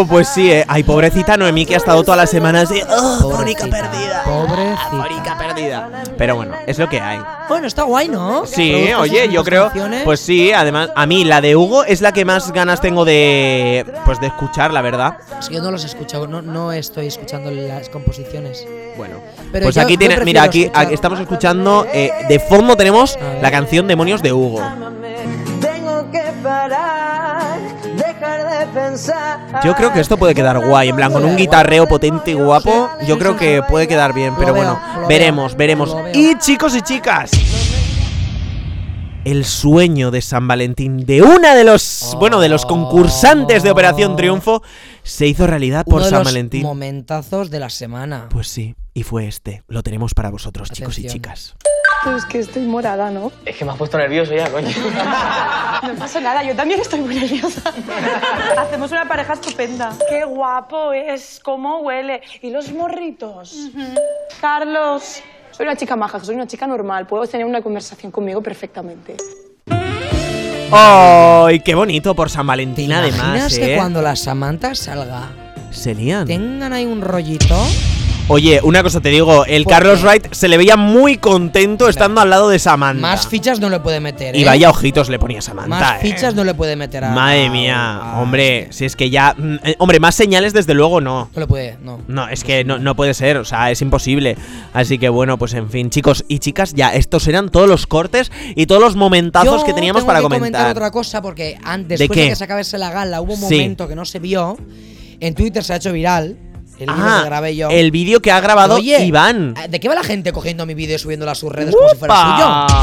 [SPEAKER 3] oh, pues sí, eh. Ay, pobrecita Noemí que ha estado toda la semana así. Oh,
[SPEAKER 5] Pobrecita,
[SPEAKER 3] Mónica perdida.
[SPEAKER 5] pobrecita.
[SPEAKER 3] Mónica perdida. Pero bueno, es lo que hay.
[SPEAKER 5] Bueno, está guay, ¿no?
[SPEAKER 3] Sí,
[SPEAKER 5] Produces
[SPEAKER 3] oye,
[SPEAKER 5] unas
[SPEAKER 3] yo creo.
[SPEAKER 5] canciones.
[SPEAKER 3] Pues sí, además, a mí la de Hugo es la que más ganas tengo de. Pues de escuchar, la verdad.
[SPEAKER 5] Es que yo no los escucho, no, no estoy escuchando las composiciones.
[SPEAKER 3] Bueno,
[SPEAKER 5] Pero
[SPEAKER 3] pues
[SPEAKER 5] yo-
[SPEAKER 3] aquí
[SPEAKER 5] yo
[SPEAKER 3] tiene.
[SPEAKER 5] prefiero
[SPEAKER 3] Mira, aquí,
[SPEAKER 5] escuchar-
[SPEAKER 3] aquí estamos escuchando. eh, de fondo tenemos
[SPEAKER 5] A ver.
[SPEAKER 3] la canción Demonios de Hugo.
[SPEAKER 8] Tengo que parar, dejar de pensar.
[SPEAKER 3] Yo creo que esto puede quedar guay. En plan, con un guitarreo potente y guapo, yo creo que puede quedar bien. Pero
[SPEAKER 5] Lo veo,
[SPEAKER 3] bueno,
[SPEAKER 5] lo
[SPEAKER 3] veremos,
[SPEAKER 5] veo,
[SPEAKER 3] veremos.
[SPEAKER 5] lo veo.
[SPEAKER 3] Y chicos y chicas. El sueño de San Valentín de una de los, bueno, de los concursantes de Operación Triunfo se hizo realidad por
[SPEAKER 5] Uno de
[SPEAKER 3] San
[SPEAKER 5] los
[SPEAKER 3] Valentín.
[SPEAKER 5] momentazos de la semana.
[SPEAKER 3] Pues sí, y fue este. Lo tenemos para vosotros, chicos y
[SPEAKER 5] Atención.
[SPEAKER 3] chicas.
[SPEAKER 10] Es que estoy morada, ¿no?
[SPEAKER 2] Es que me has puesto nervioso ya, coño.
[SPEAKER 9] No pasa nada, yo también estoy muy nerviosa. Hacemos una pareja estupenda. Qué guapo es, cómo huele. Y los morritos. Carlos.
[SPEAKER 10] Soy una chica maja, soy una chica normal. Puedo tener una conversación conmigo perfectamente.
[SPEAKER 3] ¡Ay, qué bonito por San Valentín
[SPEAKER 5] Imaginas
[SPEAKER 3] además,
[SPEAKER 5] que
[SPEAKER 3] eh!
[SPEAKER 5] cuando la Samantha salga,
[SPEAKER 3] Se lían.
[SPEAKER 5] tengan ahí un rollito.
[SPEAKER 3] Oye, una cosa te digo, el
[SPEAKER 5] ¿Por
[SPEAKER 3] Carlos
[SPEAKER 5] qué?
[SPEAKER 3] Wright se le veía muy contento estando al lado de Samantha.
[SPEAKER 5] Más fichas no le puede meter.
[SPEAKER 3] y
[SPEAKER 5] ¿eh?
[SPEAKER 3] vaya ojitos le ponía Samantha.
[SPEAKER 5] Más
[SPEAKER 3] eh.
[SPEAKER 5] fichas Ah, no le puede meter a.
[SPEAKER 3] Madre mía, hombre, si es que ya... mm, eh, hombre, más señales desde luego no.
[SPEAKER 5] No le puede, no.
[SPEAKER 3] No, es que no, no puede ser, o sea, es imposible. Así que bueno, pues en fin, chicos y chicas, ya estos eran todos los cortes y todos los momentazos
[SPEAKER 5] Yo
[SPEAKER 3] que teníamos
[SPEAKER 5] tengo
[SPEAKER 3] para
[SPEAKER 5] que
[SPEAKER 3] comentar.
[SPEAKER 5] otra cosa porque antes,
[SPEAKER 3] ¿De
[SPEAKER 5] después de
[SPEAKER 3] qué?
[SPEAKER 5] que se acabase la gala, hubo un
[SPEAKER 3] Sí.
[SPEAKER 5] momento que no se vio. En Twitter se ha hecho viral. El vídeo
[SPEAKER 3] Ah,
[SPEAKER 5] que grabé yo.
[SPEAKER 3] el vídeo que ha grabado
[SPEAKER 5] Oye,
[SPEAKER 3] Iván.
[SPEAKER 5] ¿De qué va la gente cogiendo mi vídeo y subiéndolo a sus redes como si fuera
[SPEAKER 3] ¡Upa!
[SPEAKER 5] suyo?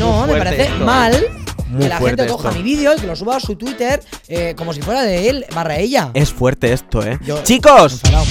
[SPEAKER 5] No,
[SPEAKER 3] Muy
[SPEAKER 5] me
[SPEAKER 3] fuerte
[SPEAKER 5] parece
[SPEAKER 3] esto.
[SPEAKER 5] mal
[SPEAKER 3] Muy
[SPEAKER 5] que la gente
[SPEAKER 3] fuerte
[SPEAKER 5] coja
[SPEAKER 3] esto.
[SPEAKER 5] mi vídeo y que lo suba a su Twitter eh, como si fuera de él barra ella.
[SPEAKER 3] Es fuerte esto, ¿eh?
[SPEAKER 5] Yo-
[SPEAKER 3] Chicos,
[SPEAKER 5] Enfadado.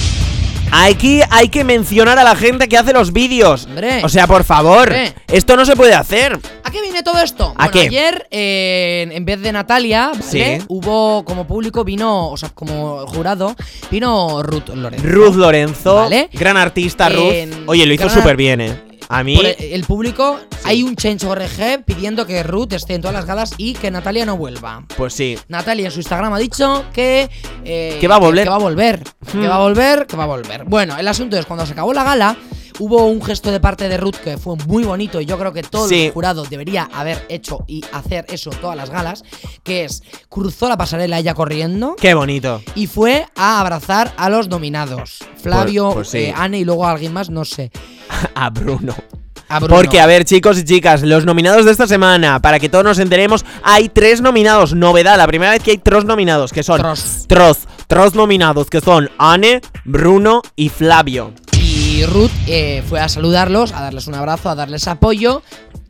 [SPEAKER 3] aquí hay que mencionar a la gente que hace los vídeos.
[SPEAKER 5] Hombre.
[SPEAKER 3] O sea, por favor,
[SPEAKER 5] Hombre.
[SPEAKER 3] esto no se puede hacer.
[SPEAKER 5] ¿A qué viene todo esto?
[SPEAKER 3] ¿A
[SPEAKER 5] Bueno,
[SPEAKER 3] qué?
[SPEAKER 5] ayer, eh, en vez de Natalia, ¿vale?
[SPEAKER 3] Sí.
[SPEAKER 5] hubo como público, vino, o sea, como jurado, vino Ruth Lorenzo.
[SPEAKER 3] Ruth Lorenzo,
[SPEAKER 5] Vale.
[SPEAKER 3] gran artista Ruth.
[SPEAKER 5] En-
[SPEAKER 3] Oye, lo hizo
[SPEAKER 5] gran-
[SPEAKER 3] súper bien, ¿eh? A mí...
[SPEAKER 5] Por el, el público, hay un change.org pidiendo que Ruth esté en todas las galas y que Natalia no vuelva.
[SPEAKER 3] Pues sí.
[SPEAKER 5] Natalia en su Instagram ha dicho que. eh,
[SPEAKER 3] Que va a volver.
[SPEAKER 5] Que va a volver.
[SPEAKER 3] Hmm.
[SPEAKER 5] Que va a volver, que va a volver. Bueno, el asunto es cuando se acabó la gala. Hubo un gesto de parte de Ruth que fue muy bonito y yo creo que todo
[SPEAKER 3] Sí.
[SPEAKER 5] el jurado debería haber hecho y hacer eso todas las galas, que es cruzó la pasarela ella corriendo
[SPEAKER 3] Qué bonito.
[SPEAKER 5] y fue a abrazar a los nominados. Flavio,
[SPEAKER 3] pues sí.
[SPEAKER 5] eh, Anne y luego a alguien más, no sé.
[SPEAKER 3] A Bruno.
[SPEAKER 5] A Bruno.
[SPEAKER 3] Porque, a ver, chicos y chicas, los nominados de esta semana, para que todos nos enteremos, hay tres nominados. Novedad, la primera vez que hay tres nominados, que son.
[SPEAKER 5] Tros.
[SPEAKER 3] Tros. Tros nominados, que son Anne, Bruno y Flavio.
[SPEAKER 5] Y Ruth eh, fue a saludarlos, a darles un abrazo, a darles apoyo.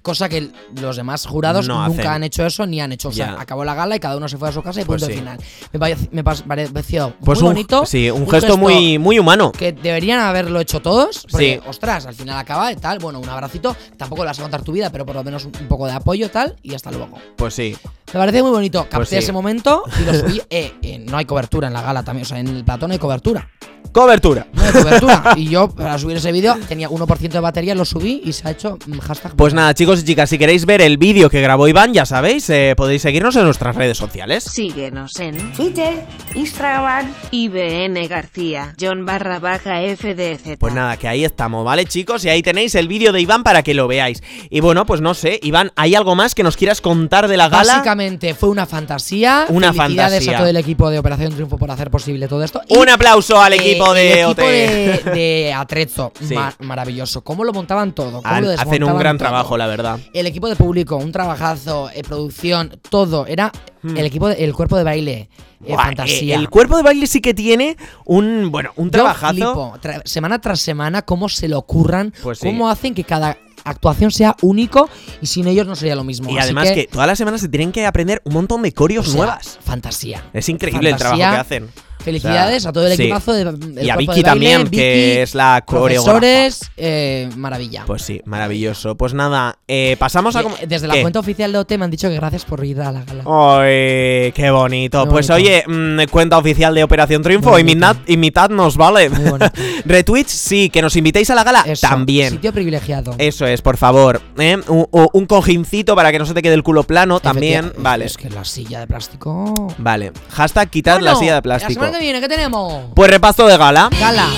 [SPEAKER 5] Cosa que el- los demás jurados
[SPEAKER 3] No
[SPEAKER 5] nunca
[SPEAKER 3] hacen.
[SPEAKER 5] han hecho eso ni han hecho. O sea,
[SPEAKER 3] Ya.
[SPEAKER 5] acabó la gala y cada uno se fue a su casa y
[SPEAKER 3] Pues
[SPEAKER 5] punto
[SPEAKER 3] sí.
[SPEAKER 5] final. Me, pare- me pas- pare- pareció
[SPEAKER 3] Pues
[SPEAKER 5] muy
[SPEAKER 3] un,
[SPEAKER 5] bonito.
[SPEAKER 3] Sí, un, gesto, muy, muy humano.
[SPEAKER 5] Que deberían haberlo hecho todos. Porque,
[SPEAKER 3] Sí.
[SPEAKER 5] ostras, al final acaba y tal. Bueno, un abracito. Tampoco le vas a contar tu vida, pero por lo menos un un poco de apoyo tal. Y hasta luego.
[SPEAKER 3] Pues sí.
[SPEAKER 5] Me parece muy bonito. Capté
[SPEAKER 3] Pues sí.
[SPEAKER 5] ese momento y lo subí. Eh, eh, no hay cobertura en la gala también. O sea, en el platón no hay cobertura.
[SPEAKER 3] Cobertura.
[SPEAKER 5] No hay cobertura. y yo, para subir ese vídeo, tenía 1% de batería, lo subí y se ha hecho mm, hashtag.
[SPEAKER 3] Pues nada, chicos y chicas, si queréis ver el vídeo que grabó Iván, ya sabéis, eh, podéis seguirnos en nuestras redes sociales.
[SPEAKER 12] Síguenos en
[SPEAKER 7] Twitter, Instagram.
[SPEAKER 12] IBN García, John barra baja FDZ.
[SPEAKER 3] Pues nada, que ahí estamos, ¿vale, chicos? Y ahí tenéis el vídeo de Iván para que lo veáis. Y bueno, pues no sé, Iván, ¿hay algo más que nos quieras contar de la gala?
[SPEAKER 5] Básicamente fue una fantasía.
[SPEAKER 3] Una
[SPEAKER 5] Felicidades
[SPEAKER 3] fantasía.
[SPEAKER 5] a todo el equipo de Operación Triunfo por hacer posible todo esto. Y,
[SPEAKER 3] Un aplauso al
[SPEAKER 5] eh,
[SPEAKER 3] equipo de E.
[SPEAKER 5] el
[SPEAKER 3] OT.
[SPEAKER 5] equipo de, de Atrezzo.
[SPEAKER 3] Sí.
[SPEAKER 5] Ma- maravilloso. Cómo lo montaban todo. cómo
[SPEAKER 3] Al-
[SPEAKER 5] lo
[SPEAKER 3] hacen un
[SPEAKER 5] desmontaban
[SPEAKER 3] gran
[SPEAKER 5] todo.
[SPEAKER 3] trabajo, la verdad.
[SPEAKER 5] El equipo de público, un trabajazo, eh, producción, todo. Era
[SPEAKER 3] Hmm.
[SPEAKER 5] el equipo, de- el cuerpo de baile, eh,
[SPEAKER 3] Buah,
[SPEAKER 5] fantasía.
[SPEAKER 3] eh, El cuerpo de baile sí que tiene un, bueno, un
[SPEAKER 5] Yo
[SPEAKER 3] trabajazo.
[SPEAKER 5] flipo, tra- semana tras semana, cómo se lo curran,
[SPEAKER 3] Pues sí.
[SPEAKER 5] cómo hacen que cada actuación sea único y sin ellos no sería lo mismo.
[SPEAKER 3] Y
[SPEAKER 5] Así
[SPEAKER 3] además que, todas las semanas se tienen que aprender un montón de
[SPEAKER 5] o
[SPEAKER 3] corios
[SPEAKER 5] sea,
[SPEAKER 3] nuevas.
[SPEAKER 5] Fantasía.
[SPEAKER 3] Es increíble el
[SPEAKER 5] fantasía.
[SPEAKER 3] trabajo que hacen.
[SPEAKER 5] Felicidades
[SPEAKER 3] O sea,
[SPEAKER 5] a todo el
[SPEAKER 3] sí.
[SPEAKER 5] equipazo de, del
[SPEAKER 3] Y a
[SPEAKER 5] cuerpo de
[SPEAKER 3] Vicky
[SPEAKER 5] baile,
[SPEAKER 3] también,
[SPEAKER 5] Vicky,
[SPEAKER 3] que es la coreógrafa.
[SPEAKER 5] Profesores, eh, maravilla.
[SPEAKER 3] Pues sí, maravilloso. Pues nada, eh, pasamos a... com-
[SPEAKER 5] Eh, Desde la
[SPEAKER 3] ¿Qué?
[SPEAKER 5] cuenta oficial de OT me han dicho que gracias por ir a la gala.
[SPEAKER 3] Ay, qué bonito.
[SPEAKER 5] Qué
[SPEAKER 3] pues
[SPEAKER 5] bonito.
[SPEAKER 3] oye, mm, cuenta oficial de Operación Triunfo,
[SPEAKER 5] Muy
[SPEAKER 3] imitad,
[SPEAKER 5] bonito.
[SPEAKER 3] imitad nos vale.
[SPEAKER 5] Muy bonito.
[SPEAKER 3] Retweets sí, que nos invitéis a la gala
[SPEAKER 5] Eso,
[SPEAKER 3] también.
[SPEAKER 5] Sitio privilegiado.
[SPEAKER 3] Eso es, por favor. ¿eh? Un, o- un cojincito para que no se te quede el culo plano también.
[SPEAKER 5] Efectivamente,
[SPEAKER 3] Vale.
[SPEAKER 5] Es que la silla de plástico.
[SPEAKER 3] Vale. Hashtag quitad la
[SPEAKER 5] Bueno,
[SPEAKER 3] silla de
[SPEAKER 5] La
[SPEAKER 3] plástico.
[SPEAKER 5] semana que viene, ¿qué tenemos?
[SPEAKER 3] Pues repaso de gala.
[SPEAKER 5] Gala.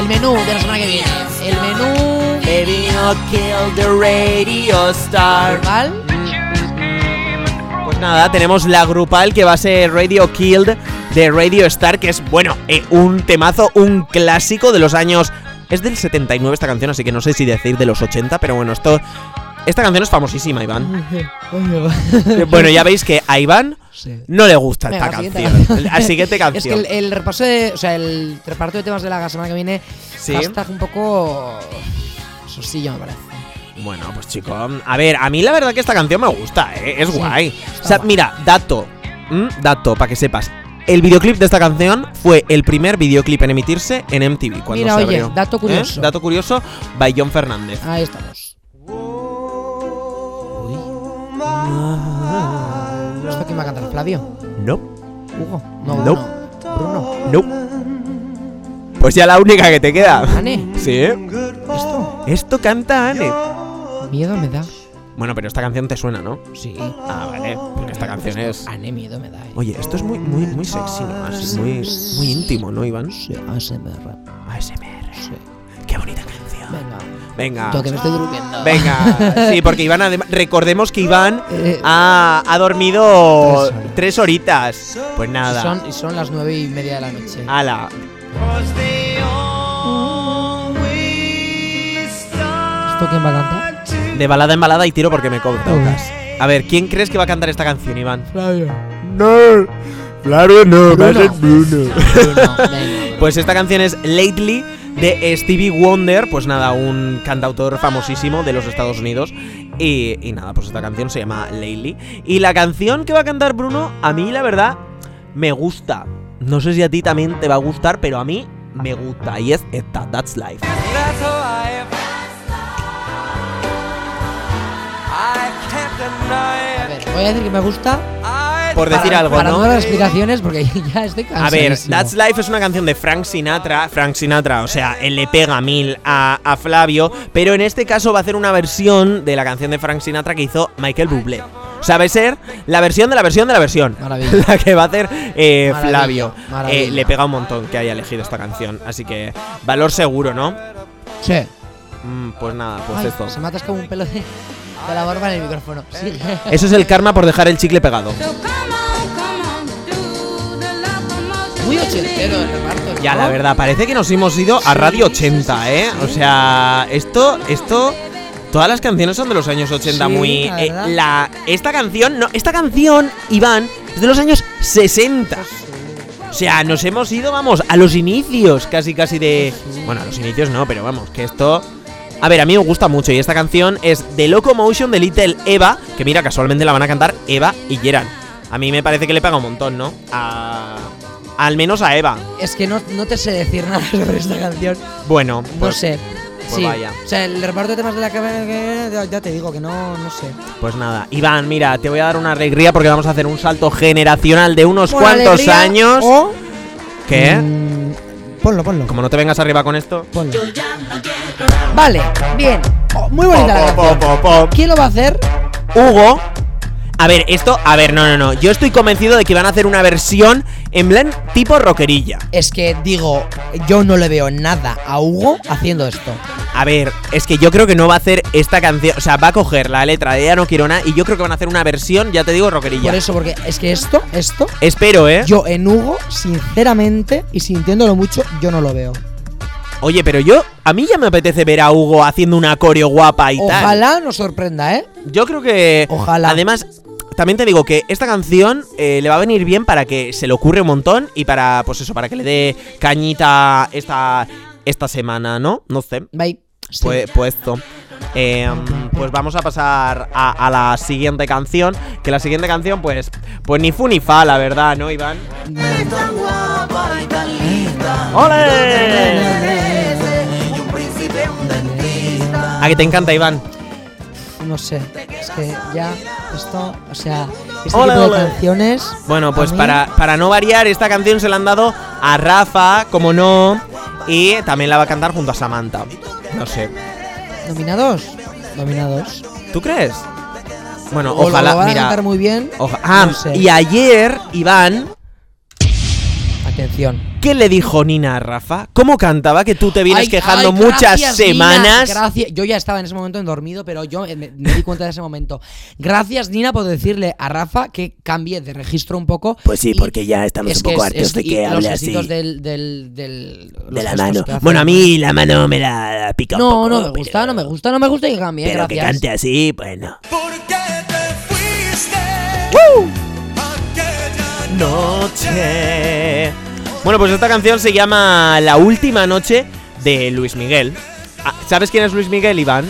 [SPEAKER 5] El menú de la semana que viene. El menú. Normal.
[SPEAKER 3] Pues nada, tenemos la grupal que va a ser Radio Killed de Radio Star, que es, bueno, eh, un temazo, un clásico de los años... Es del 79 esta canción, así que no sé si decir de los 80, pero bueno, esto... Esta canción es famosísima, Iván. Eh, bueno, ya veis que a Iván
[SPEAKER 5] Sí.
[SPEAKER 3] no le gusta
[SPEAKER 5] Venga,
[SPEAKER 3] esta
[SPEAKER 5] siguiente
[SPEAKER 3] canción. La siguiente
[SPEAKER 5] Es
[SPEAKER 3] canción.
[SPEAKER 5] que el, el repaso de. O sea, el reparto de temas de la semana que viene.
[SPEAKER 3] Sí.
[SPEAKER 5] Hashtag un poco. Sosillo, me parece.
[SPEAKER 3] Bueno, pues chico, a ver, a mí la verdad que esta canción me gusta, ¿eh? es
[SPEAKER 5] Sí,
[SPEAKER 3] guay.
[SPEAKER 5] está
[SPEAKER 3] O sea,
[SPEAKER 5] guay.
[SPEAKER 3] mira, dato, ¿m? dato, para que sepas. El videoclip de esta canción fue el primer videoclip en emitirse en MTV cuando
[SPEAKER 5] Mira,
[SPEAKER 3] se
[SPEAKER 5] oye,
[SPEAKER 3] abrió.
[SPEAKER 5] dato
[SPEAKER 3] ¿Eh?
[SPEAKER 5] curioso.
[SPEAKER 3] Dato curioso by John Fernández.
[SPEAKER 5] Ahí estamos. ¿Esto quién va a cantar? ¿Flavio?
[SPEAKER 3] No.
[SPEAKER 5] ¿Hugo? No,
[SPEAKER 3] No.
[SPEAKER 5] Bruno. Bruno.
[SPEAKER 3] Pues ya la única que te queda.
[SPEAKER 5] ¿Ane?
[SPEAKER 3] Sí. ¿eh? Esto. Esto canta Ane.
[SPEAKER 5] Miedo me da.
[SPEAKER 3] Bueno, pero esta canción te suena, ¿no?
[SPEAKER 5] Sí.
[SPEAKER 3] Ah, vale. Porque esta canción es.
[SPEAKER 5] Ane, miedo me da. eh.
[SPEAKER 3] Oye, esto es muy, muy, muy sexy, ¿no? Así, muy, muy íntimo, ¿no, Iván? Sí,
[SPEAKER 5] ASMR.
[SPEAKER 3] ASMR. Qué bonita canción.
[SPEAKER 5] Venga.
[SPEAKER 3] Venga.
[SPEAKER 5] Yo que me estoy durmiendo.
[SPEAKER 3] Venga, sí, porque Iván, adem- recordemos que Iván
[SPEAKER 5] Eh,
[SPEAKER 3] ha, ha dormido tres horitas. Pues
[SPEAKER 5] Y
[SPEAKER 3] nada. Ah.
[SPEAKER 5] son, y son las nueve y media de la noche.
[SPEAKER 3] Ala.
[SPEAKER 5] ¿Esto quién va a cantar?
[SPEAKER 3] De balada en balada y tiro porque me cobro. A ver, ¿quién crees que va a cantar esta canción, Iván?
[SPEAKER 5] Flavio.
[SPEAKER 3] No. Claro, no.
[SPEAKER 5] va a ser
[SPEAKER 3] Bruno. pues esta canción es Lately de Stevie Wonder, pues nada, un cantautor famosísimo de los Estados Unidos. Y, y nada, pues esta canción se llama Lately. Y la canción que va a cantar Bruno, a mí la verdad, me gusta. No sé si a ti también te va a gustar, pero a mí me gusta. Y es esta, That's Life.
[SPEAKER 4] That's how I am. I can't deny it.
[SPEAKER 5] Voy a decir que me gusta.
[SPEAKER 3] Por decir
[SPEAKER 5] para-
[SPEAKER 3] algo,
[SPEAKER 5] para
[SPEAKER 3] ¿no?
[SPEAKER 5] no dar explicaciones porque ya estoy cansado.
[SPEAKER 3] A ver, That's Life es una canción de Frank Sinatra. Frank Sinatra, o sea, él le pega mil a, a Flavio, pero en este caso va a hacer una versión de la canción de Frank Sinatra que hizo Michael Bublé. O sea, va a ser la versión de la versión de la versión.
[SPEAKER 5] Maravilla.
[SPEAKER 3] La que va a hacer eh,
[SPEAKER 5] Maravilla,
[SPEAKER 3] Flavio.
[SPEAKER 5] maravilla.
[SPEAKER 3] Eh, le pega un montón que haya elegido esta canción. Así que, valor seguro, ¿no?
[SPEAKER 5] Sí.
[SPEAKER 3] Mm, pues nada, pues
[SPEAKER 5] Ay,
[SPEAKER 3] esto.
[SPEAKER 5] Se matas como un pelo de, de la barba en el micrófono. Sí.
[SPEAKER 3] Eso es el karma por dejar el chicle pegado.
[SPEAKER 5] Muy ochentero el reparto.
[SPEAKER 3] Ya, la verdad, parece que nos hemos ido a Radio 80, ¿eh? O sea, esto, esto... Todas las canciones son de los años 80,
[SPEAKER 5] Sí,
[SPEAKER 3] muy...
[SPEAKER 5] la
[SPEAKER 3] eh,
[SPEAKER 5] verdad.
[SPEAKER 3] la- esta canción, no, esta canción, Iván, es de los años 60.
[SPEAKER 5] Pues
[SPEAKER 3] O sea, nos hemos ido, vamos, a los inicios, casi, casi de... Bueno, a los inicios no, pero vamos, que esto... A ver, a mí me gusta mucho y esta canción es The Locomotion de Little Eva, que mira, casualmente la van a cantar Eva y Gerard. A mí me parece que le paga un montón, ¿no? A... Al menos a Eva.
[SPEAKER 5] Es que no, no te sé decir nada sobre esta canción.
[SPEAKER 3] Bueno,
[SPEAKER 5] No
[SPEAKER 3] pues-
[SPEAKER 5] sé.
[SPEAKER 3] pues
[SPEAKER 5] sí.
[SPEAKER 3] vaya.
[SPEAKER 5] O sea, el reparto de temas de la que que- ya- ya te digo que no, no sé.
[SPEAKER 3] Pues nada, Iván, mira, te voy a dar una alegría porque vamos a hacer un salto generacional de unos
[SPEAKER 5] Por
[SPEAKER 3] cuantos
[SPEAKER 5] alegría Oh. Mm.
[SPEAKER 3] años.
[SPEAKER 5] o-
[SPEAKER 3] ¿Qué?
[SPEAKER 5] ponlo, ponlo.
[SPEAKER 3] Como no te vengas arriba con esto.
[SPEAKER 5] Ponlo. Vale, bien. Oh, muy bonita la canción. ¿Quién lo va a hacer?
[SPEAKER 3] Hugo. A ver, esto, a ver, no, no, no. Yo estoy convencido de que van a hacer una versión en plan tipo rockerilla.
[SPEAKER 5] Es que digo, yo no le veo nada a Hugo haciendo esto.
[SPEAKER 3] A ver, es que yo creo que no va a hacer esta canción. O sea, va a coger la letra de Ya no quiero nada y yo creo que van a hacer una versión, ya te digo, rockerilla.
[SPEAKER 5] Por eso, porque es que esto, esto,
[SPEAKER 3] Espero, ¿eh?
[SPEAKER 5] yo en Hugo, sinceramente y sintiéndolo mucho, yo no lo veo.
[SPEAKER 3] Oye, pero yo, a mí ya me apetece ver a Hugo haciendo una coreo guapa y tal.
[SPEAKER 5] Ojalá nos sorprenda, ¿eh?
[SPEAKER 3] Yo creo que.
[SPEAKER 5] Ojalá.
[SPEAKER 3] Además, también te digo que esta canción eh, le va a venir bien para que se le ocurra un montón y para, pues eso, para que le dé cañita esta, esta semana, ¿no? No sé.
[SPEAKER 5] Bye. Sí.
[SPEAKER 3] Pues, pues esto. Eh, pues vamos a pasar a, a la siguiente canción. Que la siguiente canción, pues, pues ni fu ni fa, la verdad, ¿no, Iván? ¡Ole! A que te encanta, Iván.
[SPEAKER 5] No sé, es que ya esto, o sea, este
[SPEAKER 3] Ole,
[SPEAKER 5] tipo de
[SPEAKER 3] ole.
[SPEAKER 5] canciones.
[SPEAKER 3] Bueno, pues
[SPEAKER 5] a mí-
[SPEAKER 3] para, para no variar, esta canción se la han dado a Rafa, como no, y también la va a cantar junto a Samantha. No sé.
[SPEAKER 5] Nominados, nominados.
[SPEAKER 3] ¿Tú crees? Bueno,
[SPEAKER 5] O lo-
[SPEAKER 3] ojalá.
[SPEAKER 5] lo van a
[SPEAKER 3] mira,
[SPEAKER 5] cantar muy bien.
[SPEAKER 3] oja- ah,
[SPEAKER 5] no sé.
[SPEAKER 3] y ayer, Iván,
[SPEAKER 5] Atención.
[SPEAKER 3] ¿qué le dijo Nina a Rafa? ¿Cómo cantaba? Que tú te vienes
[SPEAKER 5] Ay,
[SPEAKER 3] quejando
[SPEAKER 5] ay,
[SPEAKER 3] muchas
[SPEAKER 5] gracias, Nina,
[SPEAKER 3] semanas.
[SPEAKER 5] gracias. Yo ya estaba en ese momento dormido, pero yo me, me di cuenta de ese momento. Gracias, Nina, por decirle a Rafa que cambie de registro un poco.
[SPEAKER 3] Pues sí,
[SPEAKER 5] Y
[SPEAKER 3] porque ya estamos un poco hartos de
[SPEAKER 5] y
[SPEAKER 3] que hable
[SPEAKER 5] los
[SPEAKER 3] así.
[SPEAKER 5] gestitos Del, del, del,
[SPEAKER 3] de
[SPEAKER 5] los
[SPEAKER 3] la
[SPEAKER 5] gestos
[SPEAKER 3] mano.
[SPEAKER 5] que hace.
[SPEAKER 3] Bueno, a mí la mano me la pica un
[SPEAKER 5] No,
[SPEAKER 3] poco,
[SPEAKER 5] no me gusta, no me gusta, no me gusta que cambie.
[SPEAKER 3] Pero que
[SPEAKER 5] gracias.
[SPEAKER 3] cante así, bueno. Noche. Bueno, pues esta canción se llama La última noche de Luis Miguel. Ah, ¿Sabes quién es Luis Miguel, Iván?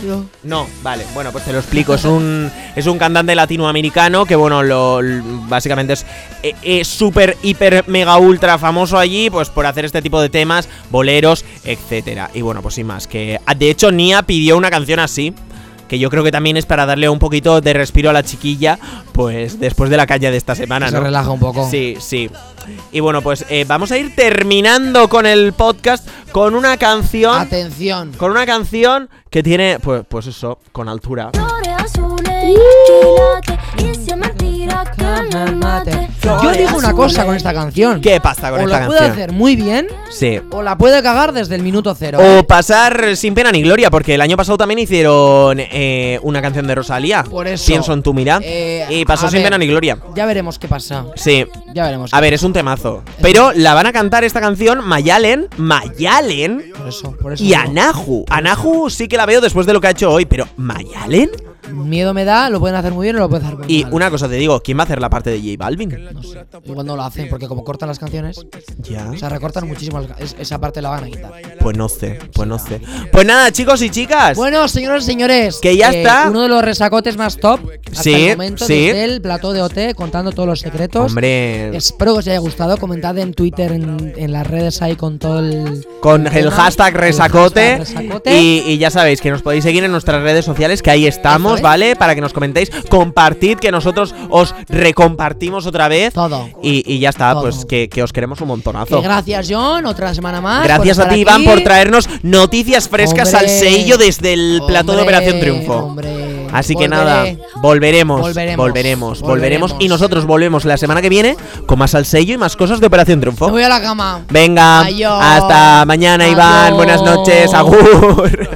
[SPEAKER 5] No.
[SPEAKER 3] vale. Bueno, pues te lo explico. Es un, es un cantante latinoamericano que, bueno, lo, l- básicamente es eh, eh, súper, hiper, mega, ultra famoso allí, pues por hacer este tipo de temas, boleros, etcétera. Y bueno, pues sin más. que ah, De hecho, Nia pidió una canción así. que yo creo que también es para darle un poquito de respiro a la chiquilla, pues después de la calle de esta semana,
[SPEAKER 5] Que se
[SPEAKER 3] ¿no?
[SPEAKER 5] relaja un poco.
[SPEAKER 3] Sí, sí. Y bueno, pues eh, vamos a ir terminando con el podcast con una canción.
[SPEAKER 5] Atención.
[SPEAKER 3] Con una canción que tiene, pues, pues eso, con altura.
[SPEAKER 5] Yo digo una cosa con esta canción.
[SPEAKER 3] ¿Qué pasa con
[SPEAKER 5] o
[SPEAKER 3] esta
[SPEAKER 5] la puede
[SPEAKER 3] canción?
[SPEAKER 5] hacer muy bien
[SPEAKER 3] Sí.
[SPEAKER 5] o la puede cagar desde el minuto cero.
[SPEAKER 3] O pasar sin pena ni gloria, porque el año pasado también hicieron eh, una canción de Rosalía. Por
[SPEAKER 5] eso.
[SPEAKER 3] Pienso en tu mira.
[SPEAKER 5] Eh,
[SPEAKER 3] y pasó
[SPEAKER 5] a
[SPEAKER 3] sin
[SPEAKER 5] ver,
[SPEAKER 3] pena ni gloria.
[SPEAKER 5] Ya veremos qué pasa.
[SPEAKER 3] Sí.
[SPEAKER 5] Ya veremos.
[SPEAKER 3] A ver, es un temazo. Pero la van a cantar esta canción Mayalen, Mayalen
[SPEAKER 5] Por eso, por eso
[SPEAKER 3] y
[SPEAKER 5] digo.
[SPEAKER 3] Anahu. Anahu sí que la veo después de lo que ha hecho hoy, pero Mayalen.
[SPEAKER 5] Miedo me da, lo pueden hacer muy bien o lo pueden hacer muy
[SPEAKER 3] Y una cosa te digo, ¿quién va a hacer la parte de J Balvin?
[SPEAKER 5] mal. Igual no lo hacen porque como cortan las canciones,
[SPEAKER 3] Ya.
[SPEAKER 5] o sea, recortan muchísimo las ca- es- esa parte la van a quitar.
[SPEAKER 3] Pues no sé, pues no sé. Pues nada, chicos y chicas.
[SPEAKER 5] Bueno, señores y señores, eh,
[SPEAKER 3] Que ya está.
[SPEAKER 5] Uno de los resacotes más top hasta
[SPEAKER 3] Sí,
[SPEAKER 5] el momento
[SPEAKER 3] sí.
[SPEAKER 5] desde el plató de OT contando todos los secretos.
[SPEAKER 3] Hombre.
[SPEAKER 5] Espero que os haya gustado. Comentad en Twitter, en, en las redes ahí con todo el.
[SPEAKER 3] Con el
[SPEAKER 5] tema,
[SPEAKER 3] hashtag
[SPEAKER 5] el
[SPEAKER 3] resacote.
[SPEAKER 5] hashtag resacote.
[SPEAKER 3] Y, y ya sabéis que nos podéis seguir en nuestras redes sociales, que ahí estamos, ¿vale? Para que nos comentéis, compartid, que nosotros os recompartimos otra vez.
[SPEAKER 5] Todo.
[SPEAKER 3] Y, y ya está,
[SPEAKER 5] Todo.
[SPEAKER 3] pues que, que os queremos un montonazo.
[SPEAKER 5] Que gracias, John. Otra semana más.
[SPEAKER 3] Gracias
[SPEAKER 5] por
[SPEAKER 3] a
[SPEAKER 5] estar
[SPEAKER 3] ti, Iván,
[SPEAKER 5] aquí.
[SPEAKER 3] por traernos noticias frescas
[SPEAKER 5] Hombre,
[SPEAKER 3] al sello desde el plató de Operación Triunfo. Así que
[SPEAKER 5] volveré.
[SPEAKER 3] nada, volveremos, volveremos,
[SPEAKER 5] Volveremos,
[SPEAKER 3] volveremos,
[SPEAKER 5] volveremos.
[SPEAKER 3] Y nosotros volvemos la semana que viene con más al sello y más cosas de Operación Triunfo.
[SPEAKER 5] Me voy a la cama.
[SPEAKER 3] Venga,
[SPEAKER 5] Adiós.
[SPEAKER 3] hasta mañana, Iván. Buenas noches, agur.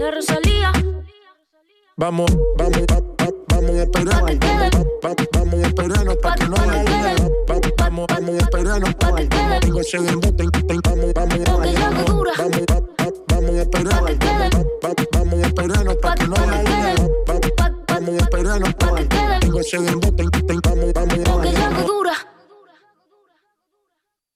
[SPEAKER 6] La Rosalía.
[SPEAKER 13] Vamos, vamos, va- va- vamos a esperarnos. Va- Vamos a esperarnos para que no haya duda. Va- Vamos, vamos a esperarnos para que no se embuten. Vamos, vamos, vamos, va- va- vamos a esperarnos.